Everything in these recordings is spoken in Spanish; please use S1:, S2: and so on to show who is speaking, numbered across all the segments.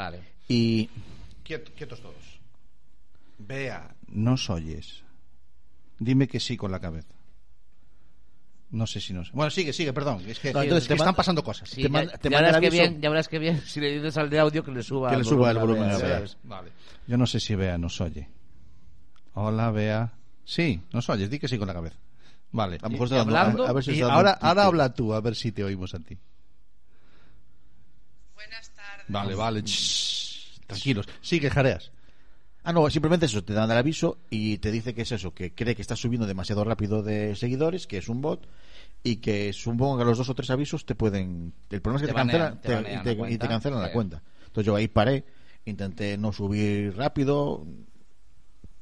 S1: Vale.
S2: Y
S3: Quiet- quietos todos. Vea,
S2: nos oyes. Dime que sí con la cabeza. No sé si no sé. Bueno, sigue, sigue, perdón. Es que,
S1: No,
S2: es
S1: entonces
S2: que
S1: te
S2: están
S1: manda-
S2: pasando cosas.
S1: Sí,
S2: Te
S1: ya-
S2: manda- te
S1: ya
S2: manda el
S1: verás que
S2: aviso.
S1: bien, ya verás que bien. Si le dices al de audio que le suba,
S2: Que le suba el volumen,
S1: ¿sabes?
S2: a
S3: vea,
S2: ver.
S3: vale.
S2: Yo no sé si Bea nos oye. Hola, Bea. Sí, nos oyes. Di que sí con la cabeza. Vale.
S4: A lo
S1: ¿Y
S4: mejor está dando-
S1: hablando?
S4: a- a ver si
S2: Y
S4: está dando
S2: ahora,
S4: un tique.
S2: ahora habla tú, a ver si te oímos a ti.
S5: Buenas tardes.
S2: Vale, vale. shh, tranquilos. Sigue, jareas.
S4: Ah, no, simplemente eso, te dan el aviso y te dice que es eso, que cree que está subiendo demasiado rápido de seguidores, que es un bot y que supongo que a los dos o tres avisos te pueden... El problema es que
S1: Te
S4: te,
S1: banean,
S4: cancelan,
S1: te
S4: te-
S1: banean
S4: y, te,
S1: la
S4: y te
S1: cuenta.
S4: cancelan la
S1: Sí.
S4: cuenta. Entonces yo ahí paré, intenté no subir rápido.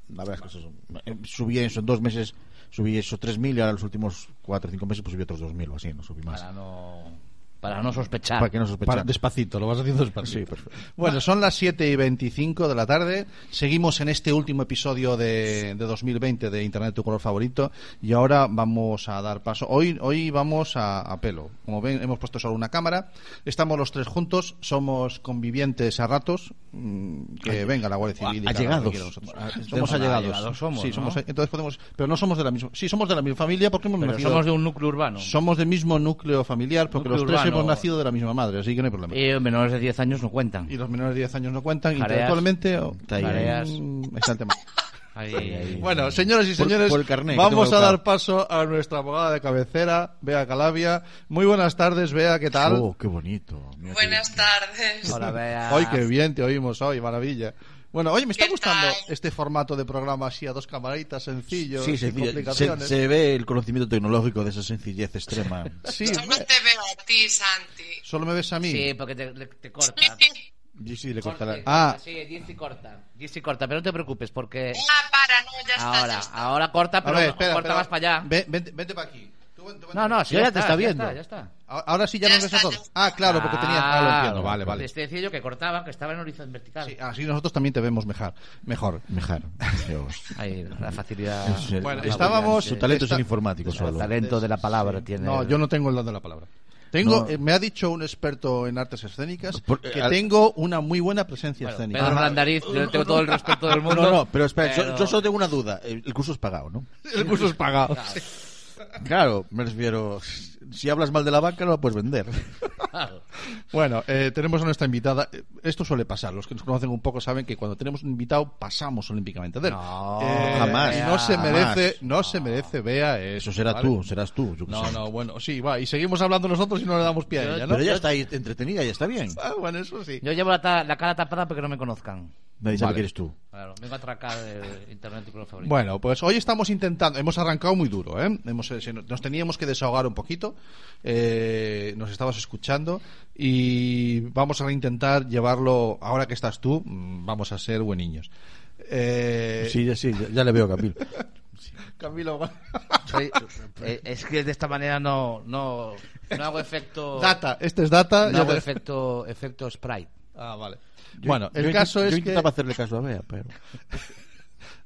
S4: La verdad es que eso es un- eh, subí eso en dos meses, subí esos 3.000 y ahora los últimos cuatro o cinco meses pues subí otros 2.000 o así, no subí más.
S1: Para no, para no sospechar.
S4: Para que no
S2: Para-
S4: sospechar.
S2: despacito, lo vas haciendo despacito.
S4: Sí, perfecto.
S2: Bueno, son las 7 y 25 de la tarde. Seguimos en este último episodio de, de 2020 de Internet tu color favorito. Y ahora vamos a dar paso. Hoy, hoy vamos a, a pelo. Como ven, hemos puesto solo una cámara. Estamos los tres juntos. Somos convivientes a ratos. Mm, Que venga la Guardia Civil. y cada
S4: allegados.
S2: uno que quiera nosotros.
S4: Ah,
S2: Somos
S4: tenemos-
S2: allegados.
S1: allegados somos,
S2: sí,
S1: ¿no?
S2: somos, entonces podemos, pero no somos de la misma. Sí, somos de la misma familia porque hemos
S1: Pero
S2: nacido.
S1: somos de un núcleo urbano.
S2: Somos del mismo núcleo familiar porque
S1: Núcleo
S2: los tres
S1: urbano.
S2: hemos nacido de la misma madre, así que no hay problema.
S1: Y menores de 10 años no cuentan.
S2: Y los menores de 10 años no cuentan
S1: Jareas.
S2: intelectualmente. o-
S4: Está ahí,
S1: Jareas.
S2: Mm, está el tema.
S1: Ahí-
S2: Bueno, señoras y
S4: Por-
S2: señores,
S4: por el carné, que
S2: vamos
S4: tengo
S2: a
S4: educado.
S2: dar paso a nuestra abogada de cabecera, Bea Calavia. Muy buenas tardes, Bea, ¿qué tal?
S4: Oh, qué bonito. Mira qué-
S5: Buenas tardes.
S1: Hola, Bea.
S2: Hoy qué bien te oímos hoy, maravilla. Bueno, oye, me está
S5: ¿Qué
S2: gustando
S5: tal?
S2: este formato de programa así a dos camaritas, sencillo,
S4: Sí,
S2: sin
S4: sencilla- se,
S2: complicaciones.
S4: se ve el conocimiento tecnológico de esa sencillez extrema.
S2: Sí,
S5: Solo
S2: Bea,
S5: te veo a ti, Santi.
S2: solo me ves a mí.
S1: Sí, porque te, le- te corta.
S4: Yo sí le corta
S1: Corte,
S4: la-
S2: Ah.
S1: corta, Sí, Jessy corta. Jessy corta, pero no te preocupes porque
S5: Ah, para, no, ya está. ya
S1: ahora,
S5: está.
S1: ahora corta,
S2: a
S1: pero
S2: ver, espera,
S1: corta
S2: espera.
S1: más para allá.
S2: Ve- Vente, vente para aquí. Tú ven- tú vente
S1: No,
S2: pa'
S1: no,
S2: aquí.
S1: sí, ya
S4: Ya te
S1: está,
S4: está
S1: ya
S4: viendo.
S1: está, ya está.
S2: A- Ahora sí ya,
S5: Ya
S2: nos ves a
S5: está, ya
S2: todos.
S5: está.
S2: Ah, claro, porque tenía. Ah, lo entiendo, vale,
S1: pues
S2: vale.
S1: Te decía yo que cortaba, que estaba en horizonte vertical.
S2: Sí, así nosotros también te vemos mejor. mejor.
S4: Mejor. Dios.
S1: Ahí, la facilidad.
S4: Es el-
S2: Bueno,
S4: la-
S2: estábamos-
S4: Su talento
S2: está-
S4: es el informático
S1: El
S4: solo.
S1: talento de la palabra tiene.
S2: No, yo no tengo el don de la palabra. Tengo,
S4: No.
S2: eh, me ha dicho un experto en artes escénicas
S4: Por-
S2: que
S4: al-
S2: tengo una muy buena presencia
S1: Bueno,
S2: escénica.
S1: Pedro Landariz, yo le tengo todo el respeto del
S4: No,
S1: mundo.
S4: no, pero espera, yo- Yo, solo tengo una duda. El el curso es pagado, ¿no?
S2: El curso es pagado.
S4: Claro, me refiero. Si hablas mal de la banca, no la puedes vender.
S2: Bueno, eh, tenemos a nuestra invitada. Eh, Esto suele pasar. Los que nos conocen un poco saben que cuando tenemos un invitado pasamos olímpicamente de él. Eh,
S1: No,
S4: jamás,
S2: y no se
S4: jamás.
S2: merece, no se merece, vea eso.
S4: Eso será
S2: ¿vale?
S4: tú, serás tú. yo qué
S2: No,
S4: sé.
S2: no, bueno, sí, va. Y seguimos hablando nosotros y no le damos pie a ella, ¿no?
S4: Pero ya está ahí entretenida, ya está bien.
S2: Ah, bueno, eso sí.
S1: Yo llevo la, ta- la cara tapada porque no me conozcan.
S4: Nadie sabe
S2: Vale.
S4: que eres tú.
S1: Claro, vengo a atracar eh, internet y color favorito.
S2: Bueno, pues hoy estamos intentando, hemos arrancado muy duro, ¿eh? Hemos, eh, se nos nos teníamos que desahogar un poquito, eh, nos estabas escuchando y vamos a intentar llevarlo, ahora que estás tú, mm, vamos a ser buen niños. Eh,
S4: Sí, ya, sí, ya, ya le veo, Camil.
S2: Camilo,
S1: Soy- eh, es que de esta manera no, no, no hago efecto.
S2: data, este es data.
S1: Oh. No
S2: ya
S1: hago
S2: te-
S1: efecto, efecto sprite.
S2: Ah, vale. bueno, el
S4: Yo intent-
S2: caso
S4: yo
S2: es que...
S4: intentaba hacerle caso a Bea, pero.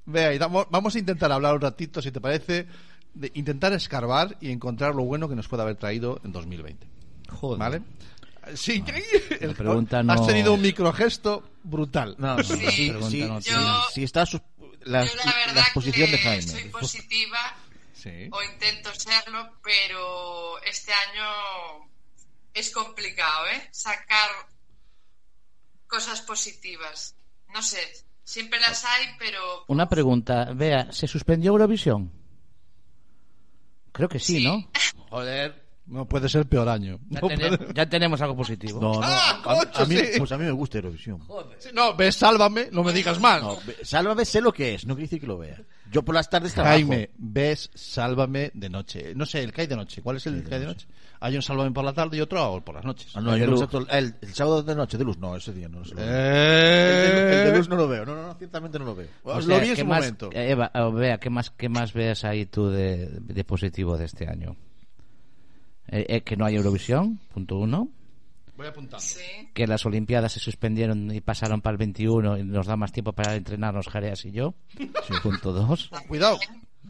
S2: Vea, y damo- vamos a intentar hablar un ratito, si te parece, de intentar escarbar y encontrar lo bueno que nos pueda haber traído en 2020.
S1: Joder.
S2: ¿Vale? Sí, el-
S1: pregunta no-
S2: has tenido un microgesto brutal.
S4: No,
S5: Sí,
S4: sí, sí,
S1: pregunta
S4: sí,
S1: no
S4: sí,
S5: tiene.
S4: sí está sus- la,
S5: Yo la verdad
S4: la exposición
S5: que
S4: de Jaime.
S5: soy positiva
S2: Sí.
S5: o intento serlo, pero este año es complicado, ¿eh? Sacar cosas positivas. No sé, siempre las hay, pero
S1: Una pregunta, vea, ¿se suspendió Eurovisión? Creo que sí, ¿no? Joder,
S2: No puede ser peor año.
S1: ya,
S2: No,
S1: tene-
S2: puede-
S1: ya tenemos algo positivo.
S4: No, no,
S2: ¡Ah,
S4: a- a,
S2: coño,
S4: mí,
S2: sí!
S4: pues a mí me gusta Eurovisión.
S2: Sí, no, ves, sálvame, no me digas más.
S4: No, ve- sálvame, sé lo que es, no quiere decir que lo vea. Yo por las tardes trabajo.
S2: Jaime, ves, sálvame de noche. No sé, el CAI de noche. ¿Cuál es el CAI de noche? Hay un sálvame por la tarde y otro por las noches.
S4: Ah, no, yo no sé todo- el, el sábado de noche de luz, no, ese día no, no se lo veo. El, de,
S2: Eh,
S4: el de luz no lo veo, no, no, no, ciertamente no lo veo.
S1: O
S4: lo
S1: sea,
S4: vi en
S1: ¿qué
S4: su
S1: más-
S4: momento.
S1: eh, Eva, eh, vea, ¿qué más, ¿qué más veas ahí tú de, de positivo de este año? Eh, eh, que no hay Eurovisión, punto uno.
S2: Voy apuntando.
S5: sí.
S1: Que las Olimpiadas se suspendieron y pasaron para el 21 y nos da más tiempo para entrenarnos, Jareas y yo. Punto dos.
S2: Cuidado.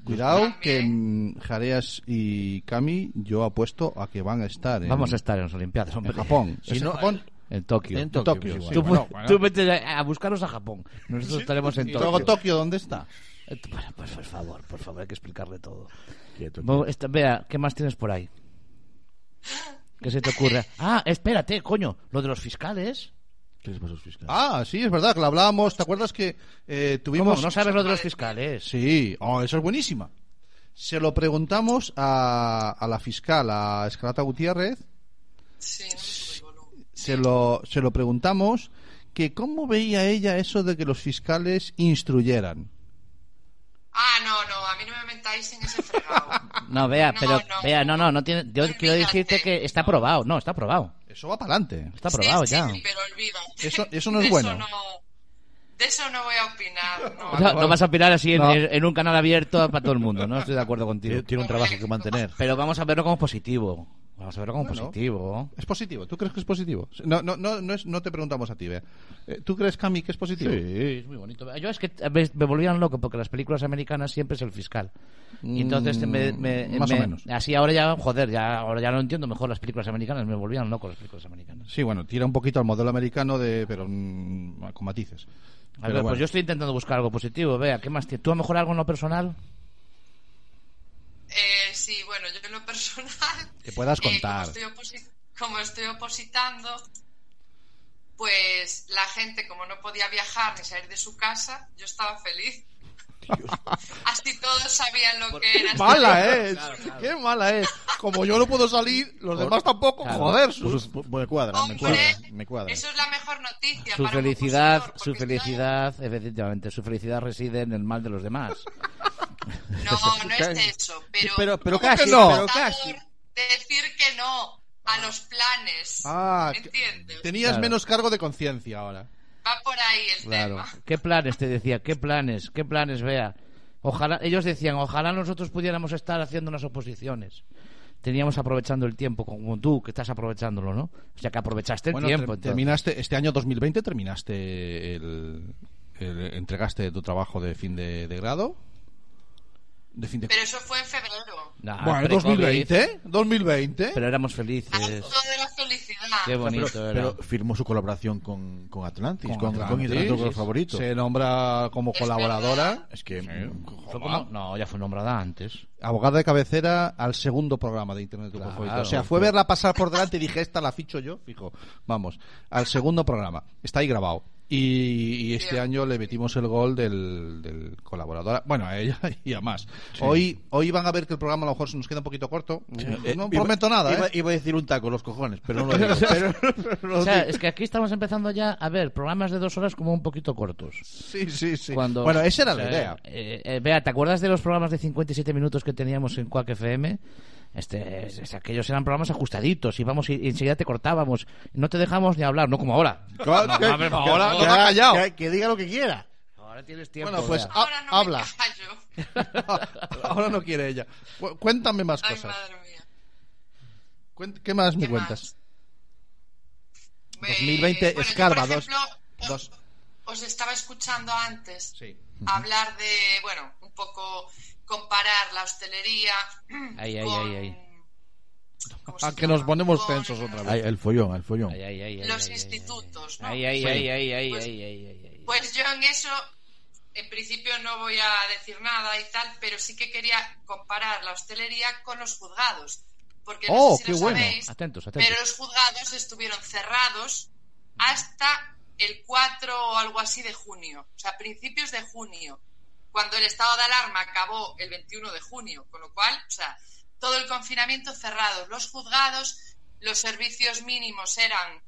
S2: Cuidado que mm, Jareas y Cami yo apuesto a que van a estar en,
S1: Vamos a estar en las Olimpiadas,
S2: en
S1: hombre.
S2: Japón.
S4: Si
S2: ¿Es en
S4: no-
S2: Japón?
S1: En Tokio.
S4: En Tokio,
S2: Tokio,
S4: pues,
S2: sí.
S1: Tú,
S4: igual.
S2: bueno,
S1: pu-
S2: bueno.
S1: tú vete a a buscaros a Japón. Nosotros estaremos en
S2: Y
S1: Tokio.
S2: luego Tokio, ¿dónde está?
S1: Eh, tú- bueno, pues, por favor, por favor, hay que explicarle todo.
S4: Quieto,
S1: Vamos, esta- Vea, ¿qué más tienes por ahí? ¿Qué se te ocurre? Ah, espérate, coño, lo de los fiscales.
S4: ¿Qué les pasó a los fiscales?
S2: Ah, sí, es verdad, que la hablábamos. ¿Te acuerdas que eh,
S1: ¿Cómo?
S2: tuvimos.
S1: ¿No sabes lo de los fiscales?
S2: Sí, oh, eso es buenísima. Se lo preguntamos a, a la fiscal, a Escarlata Gutiérrez.
S5: Sí, no me sube el volumen.
S2: Se lo, se lo preguntamos que cómo veía ella eso de que los fiscales instruyeran.
S5: Ah, no, no, a mí no me mentáis en ese fregado.
S1: No, vea,
S5: No,
S1: pero
S5: no.
S1: vea, no, no, no tiene. Yo
S5: Olvídate.
S1: quiero decirte que está aprobado, no, está aprobado,
S2: Eso va para adelante.
S1: está aprobado
S5: Sí,
S1: ya.
S5: sí, pero olvídate.
S2: Eso- eso no es
S5: De
S2: bueno.
S5: no- de eso no voy a opinar. No,
S1: O sea, no vas a opinar así en,
S2: No.
S1: en un canal abierto para todo el mundo, ¿no? Estoy de acuerdo contigo.
S4: Tiene, tiene un trabajo que mantener.
S1: Pero vamos a verlo como positivo. Vamos a verlo como
S2: Bueno.
S1: positivo.
S2: Es positivo. ¿Tú crees que es positivo? No, no, no, no, es- no te preguntamos a ti, Bea. Eh, ¿Tú crees, Cami, que es positivo?
S1: Sí, es muy bonito. Yo es que eh, me, me volvían loco porque las películas americanas siempre es el fiscal. Y entonces
S2: Mm,
S1: me, me-
S2: más
S1: me-
S2: o menos.
S1: Así ahora ya, joder, ya ahora ya no entiendo mejor las películas americanas. Me volvían loco las películas americanas.
S2: Sí, bueno, tira un poquito al modelo americano, de, pero mm, con matices.
S1: A
S2: Pero
S1: ver,
S2: bueno.
S1: pues yo estoy intentando buscar algo positivo. Vea, ¿qué más tienes? ¿Tú a lo mejor algo en lo personal?
S5: Eh, sí, bueno, yo en lo personal.
S2: Que puedas
S5: eh, como
S2: contar.
S5: estoy oposi- como, estoy opositando, pues la gente, como no podía viajar ni salir de su casa, yo estaba feliz. Así todos sabían lo que era.
S2: Mala es, qué mala es. Como yo no puedo salir, los demás tampoco.
S1: Claro.
S2: Joder,
S4: Pues,
S2: sus-
S4: pues, pues, me cuadra, me
S5: Hombre,
S4: cuadra, me cuadra.
S5: Eso es la mejor noticia.
S1: Su
S5: para un
S1: felicidad,
S5: opositor,
S1: su
S5: porque está-
S1: felicidad, efectivamente, su felicidad reside en el mal de los demás.
S5: No, no es eso, pero,
S4: Pero- pero
S5: ¿Cómo
S4: casi,
S5: que
S4: pero casi.
S5: de decir que no a los planes.
S2: Ah, que-
S5: ¿Entiendes?
S2: tenías
S1: Claro.
S2: menos cargo de conciencia ahora.
S5: Va por ahí el
S1: Claro.
S5: tema.
S1: ¿Qué planes te decía? ¿Qué planes? ¿Qué planes, Vea? Ojalá, ellos decían, ojalá nosotros pudiéramos estar haciendo unas oposiciones. Teníamos aprovechando el tiempo, como tú, que estás aprovechándolo, ¿no? O sea, que aprovechaste el
S2: Bueno,
S1: tiempo.
S2: ter-
S1: entonces.
S2: terminaste este año 2020 terminaste el, el- entregaste tu trabajo de fin de, de grado. De fin de Ah,
S5: Pero eso fue en febrero.
S1: Nah,
S2: Bueno,
S1: pre-COVID,
S2: 2020, 2020.
S1: Pero éramos felices.
S5: Acto de la felicidad.
S1: Qué bonito era.
S4: Pero firmó su colaboración con, con Atlantis, con, con,
S2: Atlantis,
S4: International Golf favorito.
S2: Se nombra como
S5: Es
S2: colaboradora,
S4: Es que mm,
S1: Fue como- no, ya fue nombrada antes.
S2: abogada de cabecera al segundo programa de Internet Grupo
S1: Claro.
S2: Favorito. O sea, fue verla pasar por delante y dije, esta la ficho yo, fijo. Vamos, al segundo programa. Está ahí grabado. Y, y este
S5: Bien.
S2: año le metimos el gol del, del colaborador. Bueno, a ella y a más. Hoy, hoy van a ver que el programa a lo mejor se nos queda un poquito corto.
S4: eh,
S2: no
S4: iba-
S2: prometo nada,
S4: Iba,
S2: ¿eh?
S4: iba a decir un taco, los cojones, pero no lo digo. pero-
S1: O sea, es que aquí estamos empezando ya a ver programas de dos horas como un poquito cortos.
S2: Sí, sí, sí.
S1: Cuando-
S2: Bueno, esa era
S1: o
S2: la
S1: sea,
S2: idea.
S1: eh, eh, Bea, ¿te acuerdas de los programas de 57 minutos que teníamos en Quack FM? Este, es- es- aquellos eran programas ajustaditos, íbamos y, y enseguida te cortábamos, no te dejamos ni hablar, no como ahora.
S2: Claro, que-
S1: hombre, por favor,
S2: ahora
S1: no.
S2: nos ha callado.
S4: Que, que diga lo que quiera.
S1: Ahora tienes tiempo.
S2: Bueno, pues,
S1: Bea.
S2: ah,
S5: Ahora no
S2: habla.
S5: me callo.
S2: Ahora no quiere ella. Cu- Cuéntame más
S5: Ay,
S2: cosas.
S5: madre mía.
S2: Cuen- ¿Qué más me
S5: ¿Qué
S2: cuentas?
S5: más?
S2: 2020
S5: yo, por
S2: escarba, dos-
S5: ejemplo, os-
S2: dos.
S5: Os estaba escuchando antes
S2: Sí.
S5: hablar de, bueno, un poco comparar la hostelería
S1: Ay, ay,
S5: con...
S1: ay, ay.
S5: ¿cómo se
S2: A Ah, que nos
S5: llama?
S2: ponemos
S5: Con-
S2: tensos otra vez.
S4: Ay, el follón, el follón.
S1: Ay, ay, ay, ay,
S5: Los
S1: ay, ay,
S5: institutos, ¿no?
S1: Ay, ay,
S5: Sí.
S1: ay, ay, ay,
S5: Pues-
S1: ay, ay, ay, ay.
S5: Pues yo en eso, en principio no voy a decir nada y tal, pero sí que quería comparar la hostelería con los juzgados. Porque no
S2: Oh,
S5: sé si
S2: qué
S5: lo
S2: bueno.
S5: sabéis,
S1: Atentos,
S5: pues, pero
S1: atentos.
S5: los juzgados estuvieron cerrados hasta el 4 o algo así de junio, o sea, principios de junio, cuando el estado de alarma acabó el 21 de junio, con lo cual, o sea, todo el confinamiento cerrado, los juzgados, los servicios mínimos eran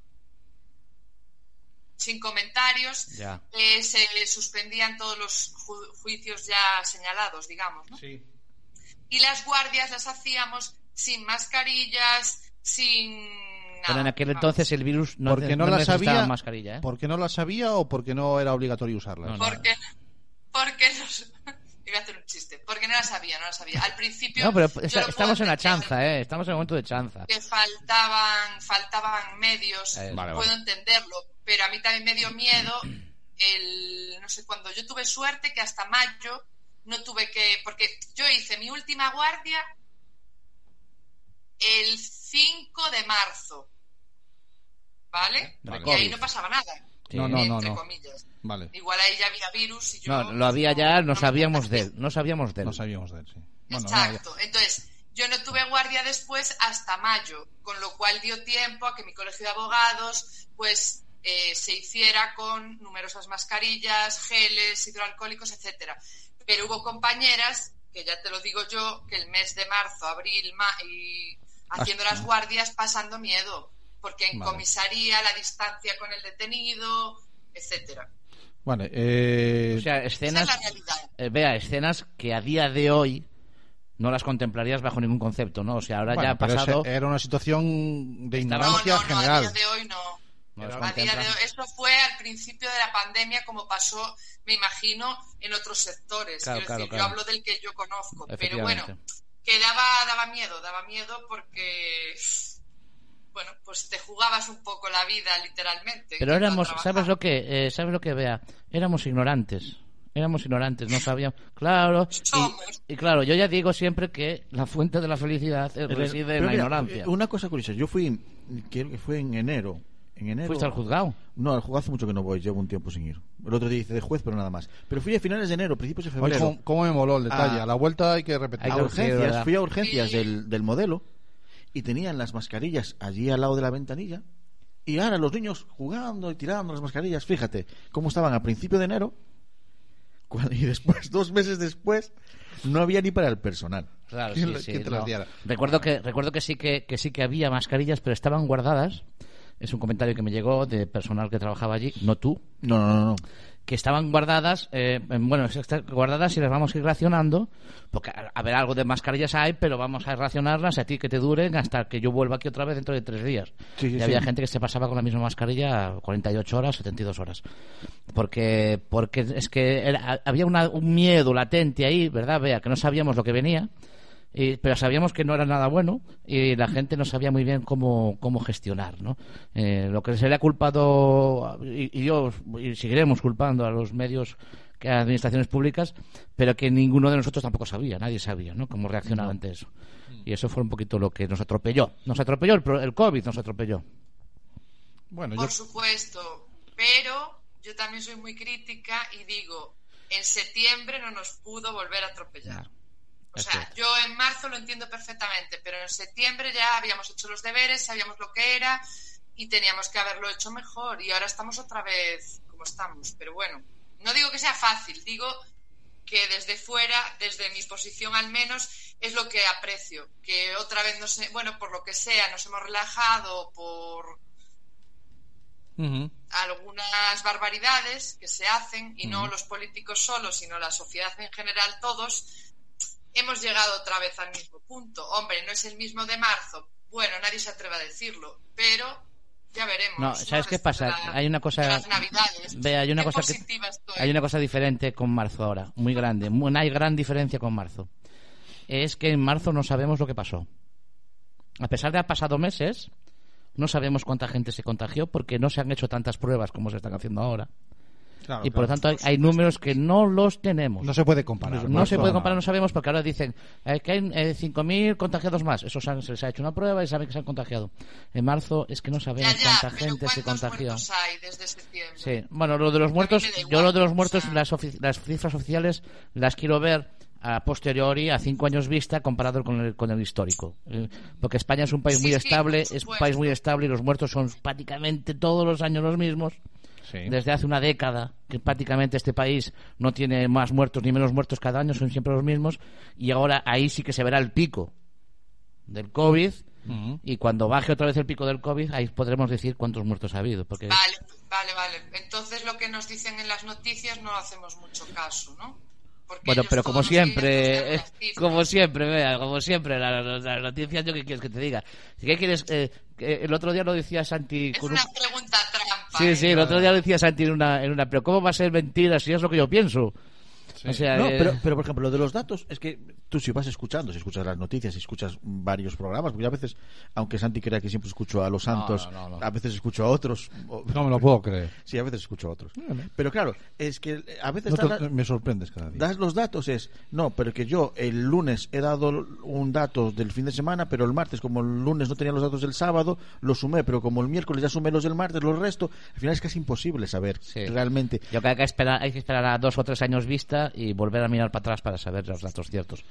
S5: sin comentarios,
S1: Ya.
S5: eh, se suspendían todos los ju- juicios ya señalados, digamos, ¿no?
S2: Sí.
S5: Y las guardias las hacíamos sin mascarillas, sin nada.
S1: Pero en aquel
S5: vamos.
S1: entonces el virus no,
S2: Porque no, la
S1: necesitaba
S2: sabía.
S1: mascarilla, ¿eh?
S2: Porque no la sabía o porque no era obligatorio usarla.
S1: No, no.
S5: Porque, porque los... Iba a hacer un chiste. Porque no la sabía, no la sabía. Al principio...
S1: No, pero
S5: yo
S1: esta-
S5: lo
S1: estamos
S5: puedo
S1: en la
S5: entender
S1: chanza, ¿eh? Estamos en el momento de chanza.
S5: Que faltaban, faltaban medios,
S1: Eh,
S2: vale,
S5: puedo
S2: vale.
S5: entenderlo. Pero a mí también me dio miedo el... No sé, cuando yo tuve suerte que hasta mayo no tuve que... Porque yo hice mi última guardia el 5 de marzo. ¿vale?
S2: No,
S5: y ahí
S2: COVID.
S5: no pasaba nada.
S1: Sí.
S2: No, no, no,
S5: entre
S2: no.
S5: comillas.
S2: Vale.
S5: Igual ahí ya había virus y yo...
S1: No, lo había ya, no
S5: me
S1: sabíamos de
S5: contagié.
S1: él, no sabíamos de él.
S2: No sabíamos de él, sí. Bueno, no, ya-
S5: Exacto. Entonces, yo no tuve guardia después hasta mayo, con lo cual dio tiempo a que mi colegio de abogados, pues, eh, se hiciera con numerosas mascarillas, geles, hidroalcohólicos, etcétera. Pero hubo compañeras, que ya te lo digo yo, que el mes de marzo, abril, ma- y haciendo las guardias, pasando miedo, porque en
S2: Ah, Vale.
S5: comisaría, la distancia con el detenido, etcétera.
S2: Vale, eh,
S1: O sea,
S5: Esa es
S1: escenas,
S5: la realidad.
S1: eh, vea, escenas que a día de hoy no las contemplarías bajo ningún concepto, ¿no? O sea, ahora
S2: bueno,
S1: ya ha
S2: pero ese eh,
S1: pasado.
S2: Era una situación de
S1: Estaba-
S5: No,
S2: ignorancia
S5: no, no, a
S2: general.
S5: día de hoy no.
S1: no las
S5: A día de
S1: contemplas.
S5: hoy- esto fue al principio de la pandemia, como pasó, me imagino, en otros sectores.
S1: Claro,
S5: Quiero
S1: claro,
S5: decir,
S1: claro.
S5: yo hablo del que yo conozco, pero
S1: Efectivamente.
S5: bueno, que daba, daba miedo, daba miedo porque, bueno, pues te jugabas un poco la vida, literalmente.
S1: Pero
S5: yendo a
S1: éramos,
S5: trabajar.
S1: ¿sabes lo que? eh, ¿Sabes lo que vea? Éramos ignorantes. Éramos ignorantes, no sabíamos. Claro. y-
S5: Somos.
S1: Y, claro, yo ya digo siempre que la fuente de la felicidad eh,
S4: Pero-
S1: reside
S4: pero
S1: en la
S4: mira,
S1: ignorancia.
S4: eh, Una cosa curiosa, yo fui, creo que fue en enero. En enero
S1: Fuiste al juzgado.
S4: No, al juzgado hace mucho que no voy, llevo un tiempo sin ir. El otro día hice de juez, pero nada más. Pero fui a finales de enero, principios de
S2: Oye,
S4: febrero.
S2: ¿cómo, cómo me moló el detalle?
S4: Ah.
S2: A la vuelta hay que repetir.
S1: Hay
S4: a
S1: que- sí,
S4: urgencias,
S1: ¿verdad?
S4: fui a urgencias
S5: Sí.
S4: del, del modelo y tenían las mascarillas allí al lado de la ventanilla. Y ahora los niños jugando y tirando las mascarillas, fíjate cómo estaban a principio de enero cua- y después, dos meses después, no había ni para el personal.
S1: Claro,
S2: ¿Quién
S1: sí,
S2: lo-
S1: sí,
S2: quién te
S1: no.
S2: las diera?
S1: Recuerdo que recuerdo que sí que, que sí que había mascarillas, pero estaban guardadas. Es un comentario que me llegó de personal que trabajaba allí, no tú,
S4: No, no, no, no.
S1: que estaban guardadas, eh, en- bueno, está- guardadas y las vamos a ir racionando, porque a, a ver, algo de mascarillas hay, pero vamos a racionarlas y a ti que te duren hasta que yo vuelva aquí otra vez dentro de tres días.
S4: Sí, sí,
S1: y había
S4: sí.
S1: gente que se pasaba con la misma mascarilla 48 horas, 72 horas. Porque, porque es que era- había una- un miedo latente ahí, ¿verdad? Vea, que no sabíamos lo que venía. Y- Eh, pero sabíamos que no era nada bueno y la gente no sabía muy bien cómo, cómo gestionar. ¿no? Eh, lo que se le ha culpado, a- y, y yo y seguiremos culpando a los medios, que a administraciones públicas, pero que ninguno de nosotros tampoco sabía, nadie sabía ¿no? cómo reaccionar ante eso. Y eso fue un poquito lo que nos atropelló. Nos atropelló el, pro- el COVID, nos atropelló.
S2: Bueno, yo
S5: Por supuesto, pero yo también soy muy crítica y digo, en septiembre no nos pudo volver a atropellar. O
S1: es
S5: sea,
S1: cierto.
S5: yo en marzo lo entiendo perfectamente, pero en septiembre ya habíamos hecho los deberes, sabíamos lo que era y teníamos que haberlo hecho mejor. Y ahora estamos otra vez como estamos. Pero bueno, no digo que sea fácil, digo que desde fuera, desde mi posición al menos, es lo que aprecio. Que otra vez, no sé, bueno, por lo que sea, nos hemos relajado, por
S2: Ujú.
S5: algunas barbaridades que se hacen, y no los políticos solos, sino la sociedad en general, todos, hemos llegado otra vez al mismo punto. Hombre, no es el mismo de marzo. Bueno, nadie se atreve a decirlo, pero ya veremos.
S1: No, ¿sabes qué
S5: Después de
S1: pasa?
S5: la-
S1: Hay una cosa-
S5: de las navidades.
S1: Ve, hay una
S5: Qué
S1: cosa que-
S5: positiva estoy.
S1: Hay una cosa diferente con marzo ahora, muy grande, muy- una gran diferencia con marzo. Es que en marzo no sabemos lo que pasó. A pesar de haber pasado meses, no sabemos cuánta gente se contagió porque no se han hecho tantas pruebas como se están haciendo ahora.
S2: Claro,
S1: y por lo
S2: claro.
S1: tanto hay, hay números que no los tenemos.
S2: no se puede comparar.
S1: No se puede comparar, no sabemos, porque ahora dicen eh, que hay eh, 5.000 contagiados más. Eso se, han- se les ha hecho una prueba y saben que se han contagiado. En marzo es que no
S5: Ya,
S1: sabemos
S5: ya,
S1: cuánta
S5: pero
S1: gente se
S5: ¿cuántos
S1: contagió.
S5: muertos hay desde septiembre?
S1: Sí, bueno, lo de los muertos,
S5: me da
S1: yo
S5: igual,
S1: lo de los
S5: o
S1: muertos,
S5: sea.
S1: las, ofi- las cifras oficiales las quiero ver a posteriori, a cinco años vista, comparado con el, con el histórico. Eh, Porque España es un país
S5: Sí,
S1: muy
S5: sí,
S1: estable,
S5: por
S1: es un
S5: supuesto.
S1: país muy estable y los muertos son prácticamente todos los años los mismos
S2: Sí.
S1: desde hace una década que prácticamente este país no tiene más muertos ni menos muertos cada año, son siempre los mismos, y ahora ahí sí que se verá el pico del COVID,
S2: Ujú.
S1: y cuando baje otra vez el pico del COVID, ahí podremos decir cuántos muertos ha habido, porque
S5: Vale, vale, vale. Entonces lo que nos dicen en las noticias no hacemos mucho caso, ¿no? Porque
S1: Bueno,
S5: ellos
S1: pero como
S5: todos los días nos dan
S1: siempre, eh,
S5: las cifras.
S1: como siempre, vea, como siempre, la, la- la noticia, yo qué quieres que te diga. ¿Qué quieres? Eh, que el otro día lo decía Santi.
S5: Es
S1: con
S5: una
S1: un-
S5: pregunta trampa.
S1: Sí,
S5: ¿eh?
S1: sí, el otro día lo decía Santi en una, en una, pero ¿cómo va a ser mentira si es lo que yo pienso? O sea,
S4: No,
S1: eh,
S4: pero, pero, por ejemplo, lo de los datos es que tú si vas escuchando, si escuchas las noticias, si escuchas varios programas, porque a veces, aunque Santi crea que siempre escucho a los santos,
S2: no, no, no.
S4: a veces escucho a otros. o-
S2: No me lo puedo creer.
S4: Sí, a veces escucho a otros. Pero claro, es que eh, a veces
S2: No te-
S4: dan la-
S2: me sorprendes cada día.
S4: das los datos, es, no, pero que yo el lunes he dado un dato del fin de semana, pero el martes, como el lunes no tenía los datos del sábado, los sumé, pero como el miércoles ya sumé los del martes, los resto, al final es casi imposible saber
S1: Sí.
S4: realmente.
S1: Yo creo que hay que, esperar, hay que esperar a dos o tres años vista y volver a mirar para atrás para saber los datos ciertos.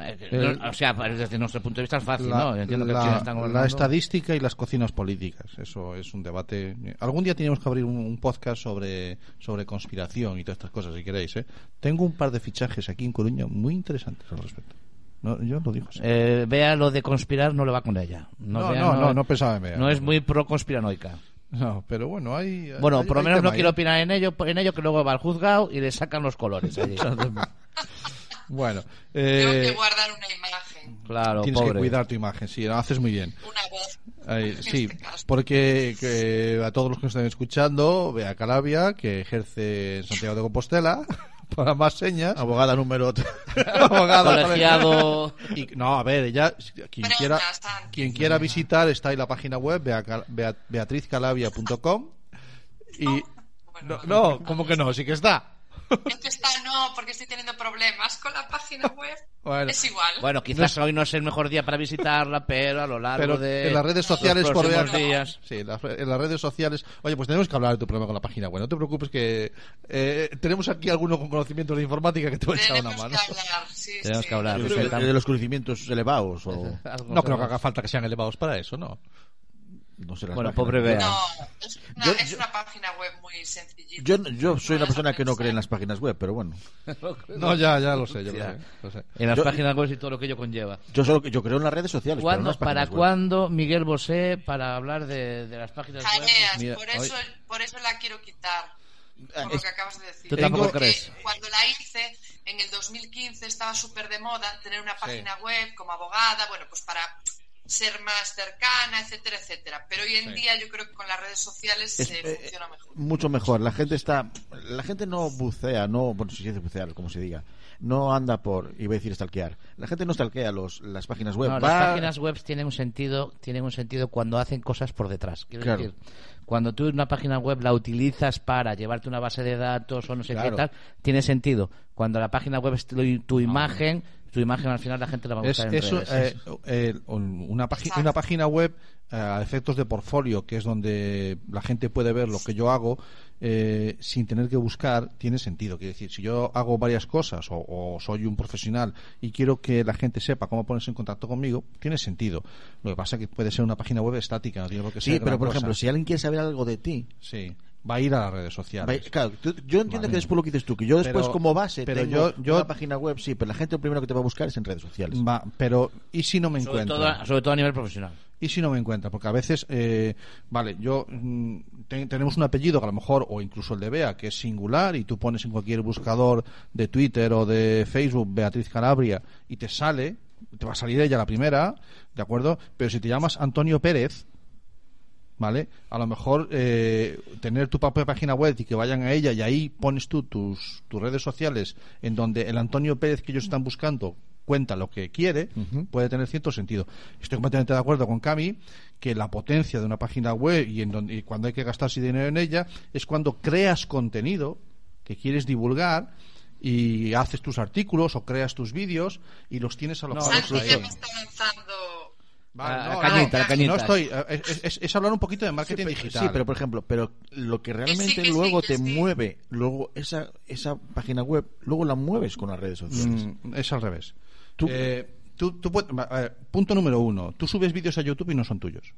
S1: Eh, no, o sea, desde nuestro punto de vista es fácil, ¿no? Yo entiendo que
S2: la-
S1: China está gobernando.
S2: la estadística y las cocinas políticas. Eso es un debate. Algún día tenemos que abrir un, un podcast sobre, sobre conspiración y todas estas cosas, si queréis. ¿eh? Tengo un par de fichajes aquí en Coruña muy interesantes al respecto. No, yo lo digo así.
S1: Eh, vea lo de conspirar, no le va con ella. No,
S2: No,
S1: Bea
S2: no, no, no pensaba en Bea.
S1: No es muy pro conspiranoica.
S2: No, pero bueno, hay. hay-
S1: Bueno,
S2: hay-
S1: por lo
S2: hay
S1: menos
S2: tema
S1: no
S2: ahí.
S1: quiero opinar en ello, en ello que luego va al juzgado y le sacan los colores. allí.
S2: Bueno,
S5: Tengo
S2: eh,
S5: que guardar una imagen,
S1: claro,
S2: tienes que
S1: pobre.
S2: cuidar tu imagen. Sí, lo haces muy bien.
S5: una voz.
S2: Ay,
S5: en
S2: sí,
S5: este caso.
S2: porque que a todos los que nos están escuchando, Bea Calabia, que ejerce en Santiago de Compostela, para más señas,
S4: Abogada número
S2: abogada.
S1: Colegiado.
S2: Y, no, a ver, ella, quien
S5: Pregunta,
S2: quiera,
S5: Santi.
S2: quien quiera visitar, está ahí la página web, Bea Cal- Bea- beatrizcalavia.com. Y. No, no, ¿cómo que no? Sí que está.
S5: Esto este está no, porque estoy teniendo problemas con la página web.
S2: Bueno.
S5: Es igual.
S1: Bueno, quizás hoy no es el mejor día para visitarla, pero a lo largo
S2: Pero
S1: de
S2: en las redes sociales
S1: los
S2: por Bea-
S1: próximos días.
S2: Sí, las- en las redes sociales. Oye, pues tenemos que hablar de tu problema con la página web. No te preocupes que eh, tenemos aquí alguno con conocimiento de informática que te
S1: pues
S2: va a echar una
S5: Tenemos
S2: mano.
S5: que hablar. Sí,
S1: Tenemos
S5: sí.
S1: que hablar.
S4: de los conocimientos elevados o
S1: Algo
S2: No creo que
S1: sabemos.
S2: haga falta que sean elevados para eso, ¿no?
S4: no sé las
S1: Bueno,
S4: máquinas.
S1: pobre Bea.
S5: No, es una,
S4: Yo-
S5: es
S4: yo-
S5: una página web muy sencillita.
S4: Yo, yo soy
S5: No
S4: una
S5: las
S4: persona que no
S5: aprecio.
S4: cree en las páginas web, pero bueno.
S2: No, ya, ya lo sé, yo lo
S1: Hostia.
S2: sé, lo sé.
S1: En las
S4: Yo-
S1: páginas web y todo lo que ello conlleva.
S2: Pues,
S4: Yo solo yo creo en las redes sociales. pero no en
S1: ¿Cuándo-
S4: las
S1: ¿Para
S4: páginas web.
S1: cuándo Miguel Bosé para hablar de, de las páginas web?
S5: Janeas,
S2: mira,
S5: por, eso, por eso la quiero quitar.
S4: Ah,
S5: Por lo
S4: es-
S5: que acabas de decir.
S1: ¿Tú tampoco
S5: Porque
S1: crees?
S5: Cuando la hice, en el 2015 estaba súper de moda tener una página web como abogada, bueno, pues para ser más cercana, etcétera, etcétera. Pero hoy en día yo creo que con las redes sociales
S4: Es-
S5: se
S4: eh,
S5: funciona mejor.
S4: Mucho mejor. La gente está. La gente no bucea, no. Bueno, si se dice bucear, como se diga. No anda por. Iba a decir stalkear. La gente no stalkea los, las páginas web.
S1: No,
S4: va-
S1: las páginas web tienen un sentido, tienen un sentido cuando hacen cosas por detrás. Quiero
S4: Claro.
S1: decir, cuando tú una página web la utilizas para llevarte una base de datos o no sé
S4: Claro.
S1: qué tal, tiene sentido. Cuando la página web es tu, tu imagen, tu imagen al final la gente la va a
S2: Es,
S1: buscar en
S2: es un-
S1: redes.
S2: eh, eh, un- una, página, una página web eh, a efectos de portfolio, que es donde la gente puede ver lo que yo hago eh, sin tener que buscar, tiene sentido. Quiere decir, si yo hago varias cosas o, o soy un profesional y quiero que la gente sepa cómo ponerse en contacto conmigo, tiene sentido. Lo que pasa es que puede ser una página web estática, no tiene por qué
S4: Sí,
S2: ser
S4: pero
S2: gran
S4: por
S2: cosa.
S4: ejemplo, si alguien quiere saber algo de ti.
S2: Sí, va a ir a las redes
S4: va-
S2: sociales.
S4: Claro, tú- yo entiendo que después lo que dices tú, que yo después
S2: Pero-
S4: como base
S2: pero
S4: tengo
S2: yo- yo-
S4: una página web, sí, pero la gente lo primero que te va a buscar es en redes sociales.
S2: Va, pero, ¿y si no me
S1: sobre,
S2: encuentro?
S1: todo, a- sobre todo a nivel profesional.
S2: ¿Y si no me encuentra? Porque a veces, eh, vale, yo mm, ten- tenemos un apellido que a lo mejor, o incluso el de Bea, que es singular, y tú pones en cualquier buscador de Twitter o de Facebook Beatriz Calabria y te sale, te va a salir ella la primera, ¿de acuerdo? Pero si te llamas Antonio Pérez, ¿vale? A lo mejor eh, tener tu propia página web y que vayan a ella y ahí pones tú tus, tus redes sociales en donde el Antonio Pérez que ellos están buscando cuenta lo que quiere, puede tener cierto sentido. Estoy completamente de acuerdo con Cami que la potencia de una página web y, en donde, y cuando hay que gastarse dinero en ella es cuando creas contenido que quieres divulgar y haces tus artículos o creas tus vídeos y los tienes a los
S1: No,
S5: Santi
S1: eso
S5: ya
S1: es.
S5: me está lanzando.
S1: A- a
S2: no,
S1: cañita,
S2: no,
S1: a cañita.
S2: no estoy. eh, Es, es- es hablar un poquito de marketing digital.
S4: Sí, pero por ejemplo, pero lo que realmente
S5: que sí,
S4: luego
S5: que
S4: te
S5: sí.
S4: mueve, luego esa esa página web, luego la mueves con las redes sociales.
S2: Mm, es al revés.
S4: Tú-
S2: Eh, tú- tú puedes- a ver, punto número uno. Tú subes vídeos a YouTube y no son tuyos.